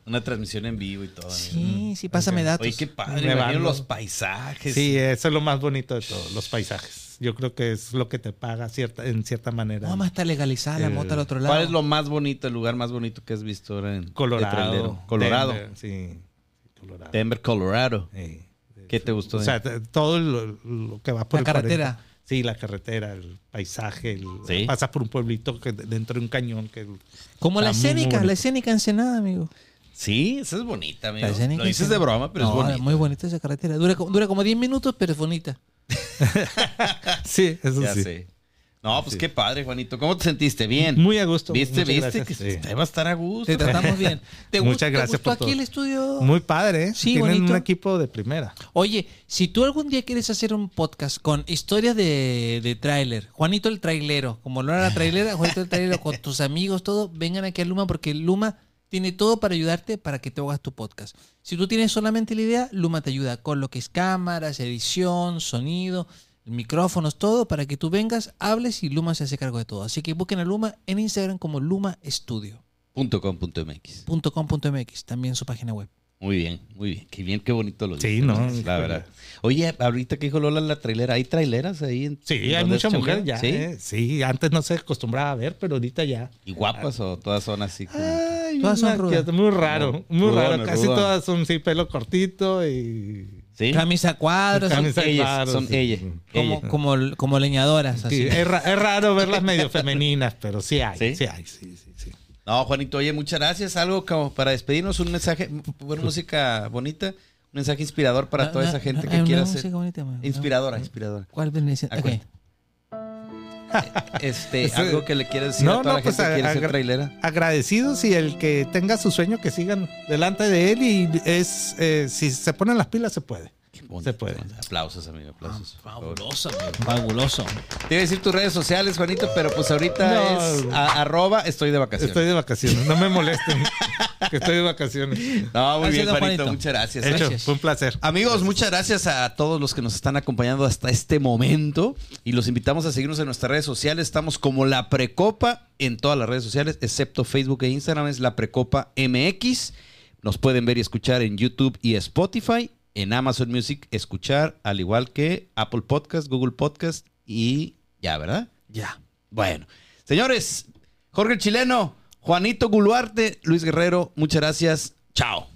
Speaker 1: Una transmisión en vivo y todo. amigo.
Speaker 3: Sí, sí, pásame datos.
Speaker 1: Oye, qué padre,
Speaker 2: Me
Speaker 1: imagino
Speaker 2: van
Speaker 1: los
Speaker 2: los-
Speaker 1: paisajes.
Speaker 2: Sí, eso es lo más bonito de todo, los paisajes. Yo creo que es lo que te paga cierta, en cierta manera.
Speaker 3: Vamos a estar legalizada la
Speaker 2: Eh,
Speaker 3: mota al otro lado.
Speaker 1: ¿Cuál es lo más bonito, el lugar más bonito que has visto ahora en de
Speaker 2: Colorado.
Speaker 1: trailero? Colorado. Denver,
Speaker 2: Denver, sí, Colorado.
Speaker 1: Colorado.
Speaker 2: Sí.
Speaker 1: ¿Qué te gustó?
Speaker 2: O
Speaker 1: de-
Speaker 2: sea, t- todo lo, lo que va
Speaker 3: La
Speaker 2: por el
Speaker 3: carretera.
Speaker 2: 40. Sí, la carretera, el paisaje, el,
Speaker 1: Sí.
Speaker 2: pasas por un pueblito que de- dentro de un cañón que
Speaker 3: Como la
Speaker 2: Está muy, muy
Speaker 3: escénica, la
Speaker 2: bonito.
Speaker 3: escénica Ensenada, amigo.
Speaker 1: sí, esa es bonita, amigo.
Speaker 3: La escénica
Speaker 1: Lo dices de
Speaker 3: Ensenada.
Speaker 1: broma, pero
Speaker 3: No,
Speaker 1: es bonita.
Speaker 3: Muy bonita esa carretera. Dura, co- dura como 10 minutos, pero es bonita.
Speaker 2: Sí, eso
Speaker 1: Ya
Speaker 2: sí.
Speaker 1: sé. No, pues
Speaker 2: Sí.
Speaker 1: qué padre, Juanito. ¿Cómo te sentiste? Bien.
Speaker 2: Muy a gusto.
Speaker 1: ¿Viste?
Speaker 2: muchas
Speaker 1: ¿Viste?
Speaker 2: gracias,
Speaker 1: que
Speaker 2: sí.
Speaker 1: te va a estar a gusto.
Speaker 3: Te tratamos bien. ¿Te
Speaker 2: Muchas
Speaker 3: gust- te
Speaker 2: gracias
Speaker 3: gustó
Speaker 2: por todo.
Speaker 3: aquí el estudio?
Speaker 2: Muy padre, ¿eh?
Speaker 3: Sí,
Speaker 2: Tienen
Speaker 3: bonito.
Speaker 2: un equipo de primera.
Speaker 3: Oye, si tú algún día quieres hacer un podcast con historias de, de tráiler, Juanito el trailero, como Lora la trailera, Juanito el trailero, con tus amigos, todo, vengan aquí a Luma porque Luma tiene todo para ayudarte para que te hagas tu podcast. Si tú tienes solamente la idea, Luma te ayuda con lo que es cámaras, edición, sonido, micrófonos, todo, para que tú vengas, hables y Luma se hace cargo de todo. Así que busquen a Luma en Instagram como Luma Studio.
Speaker 1: Punto com, punto MX.
Speaker 3: punto com punto mx también su página web.
Speaker 1: Muy bien, muy bien. Qué bien, qué bonito lo
Speaker 2: Sí,
Speaker 1: dices,
Speaker 2: no,
Speaker 1: La
Speaker 2: híjole.
Speaker 1: verdad. Oye, ahorita que dijo Lola la trailera, ¿hay traileras ahí? En,
Speaker 2: Sí, hay
Speaker 1: donde
Speaker 2: mucha
Speaker 1: has
Speaker 2: mujer
Speaker 1: chambeado?
Speaker 2: ya.
Speaker 1: ¿Sí?
Speaker 2: ¿eh? Sí, antes no se acostumbraba a ver, pero ahorita ya.
Speaker 1: ¿Y guapas o todas son así? como que-
Speaker 2: Ay,
Speaker 3: Todas son
Speaker 2: una que
Speaker 3: rudas.
Speaker 2: otra, Muy raro, muy
Speaker 1: Rudonas,
Speaker 2: raro. Casi
Speaker 1: rudonas.
Speaker 2: todas son sí, pelo cortito y.
Speaker 1: ¿Sí?
Speaker 3: Camisa cuadros, eh,
Speaker 2: Camisa
Speaker 1: Son ellas,
Speaker 2: claro,
Speaker 1: son
Speaker 2: sí.
Speaker 1: ellas.
Speaker 3: como,
Speaker 1: ellas.
Speaker 3: como, como leñadoras. Así.
Speaker 2: Sí, es, ra- es raro verlas medio femeninas, pero sí hay.
Speaker 1: ¿Sí?
Speaker 2: Sí, hay, sí, sí, sí.
Speaker 1: No, Juanito, oye, muchas gracias. Algo como para despedirnos, un mensaje, m- buena música bonita, un mensaje inspirador para
Speaker 3: No,
Speaker 1: toda
Speaker 3: no,
Speaker 1: esa gente
Speaker 3: no,
Speaker 1: que
Speaker 3: hay
Speaker 1: quiera
Speaker 3: una
Speaker 1: ser
Speaker 3: música bonita, ma-
Speaker 1: inspiradora, inspiradora.
Speaker 3: ¿Cuál viene siendo?
Speaker 1: Ah,
Speaker 3: Ok.
Speaker 1: cuenta. este,
Speaker 2: Ese-
Speaker 1: algo que le quieras decir
Speaker 2: No,
Speaker 1: a toda
Speaker 2: no,
Speaker 1: la gente
Speaker 2: pues,
Speaker 1: que quiere
Speaker 2: a-
Speaker 1: ser
Speaker 2: a-
Speaker 1: trailera.
Speaker 2: agradecidos y el que tenga su sueño que sigan delante de él y es eh, si se ponen las pilas se puede. Se puede. Ah,
Speaker 1: Aplausos, amigo, aplausos. por favor.
Speaker 3: Fabuloso, amigo, fabuloso.
Speaker 1: Te iba a decir tus redes sociales, Juanito, pero pues ahorita
Speaker 2: No.
Speaker 1: es a- arroba estoy de vacaciones.
Speaker 2: Estoy de vacaciones, no me molesten que estoy de vacaciones.
Speaker 1: No, muy
Speaker 3: Gracias,
Speaker 1: bien, Juanito,
Speaker 3: don Juanito.
Speaker 1: muchas gracias. ¿eh?
Speaker 2: Hecho,
Speaker 3: Gracias.
Speaker 2: fue un placer.
Speaker 1: Amigos, muchas gracias a todos los que nos están acompañando hasta este momento y los invitamos a seguirnos en nuestras redes sociales. Estamos como La Precopa en todas las redes sociales, excepto Facebook e Instagram, es La Precopa MX. Nos pueden ver y escuchar en YouTube y Spotify, en Amazon Music, escuchar, al igual que Apple Podcast, Google Podcast y ya, ¿verdad?
Speaker 3: Ya.
Speaker 1: Bueno, señores, Jorge el Chileno, Juanito Guluarte, Luis Guerrero, muchas gracias. Chao.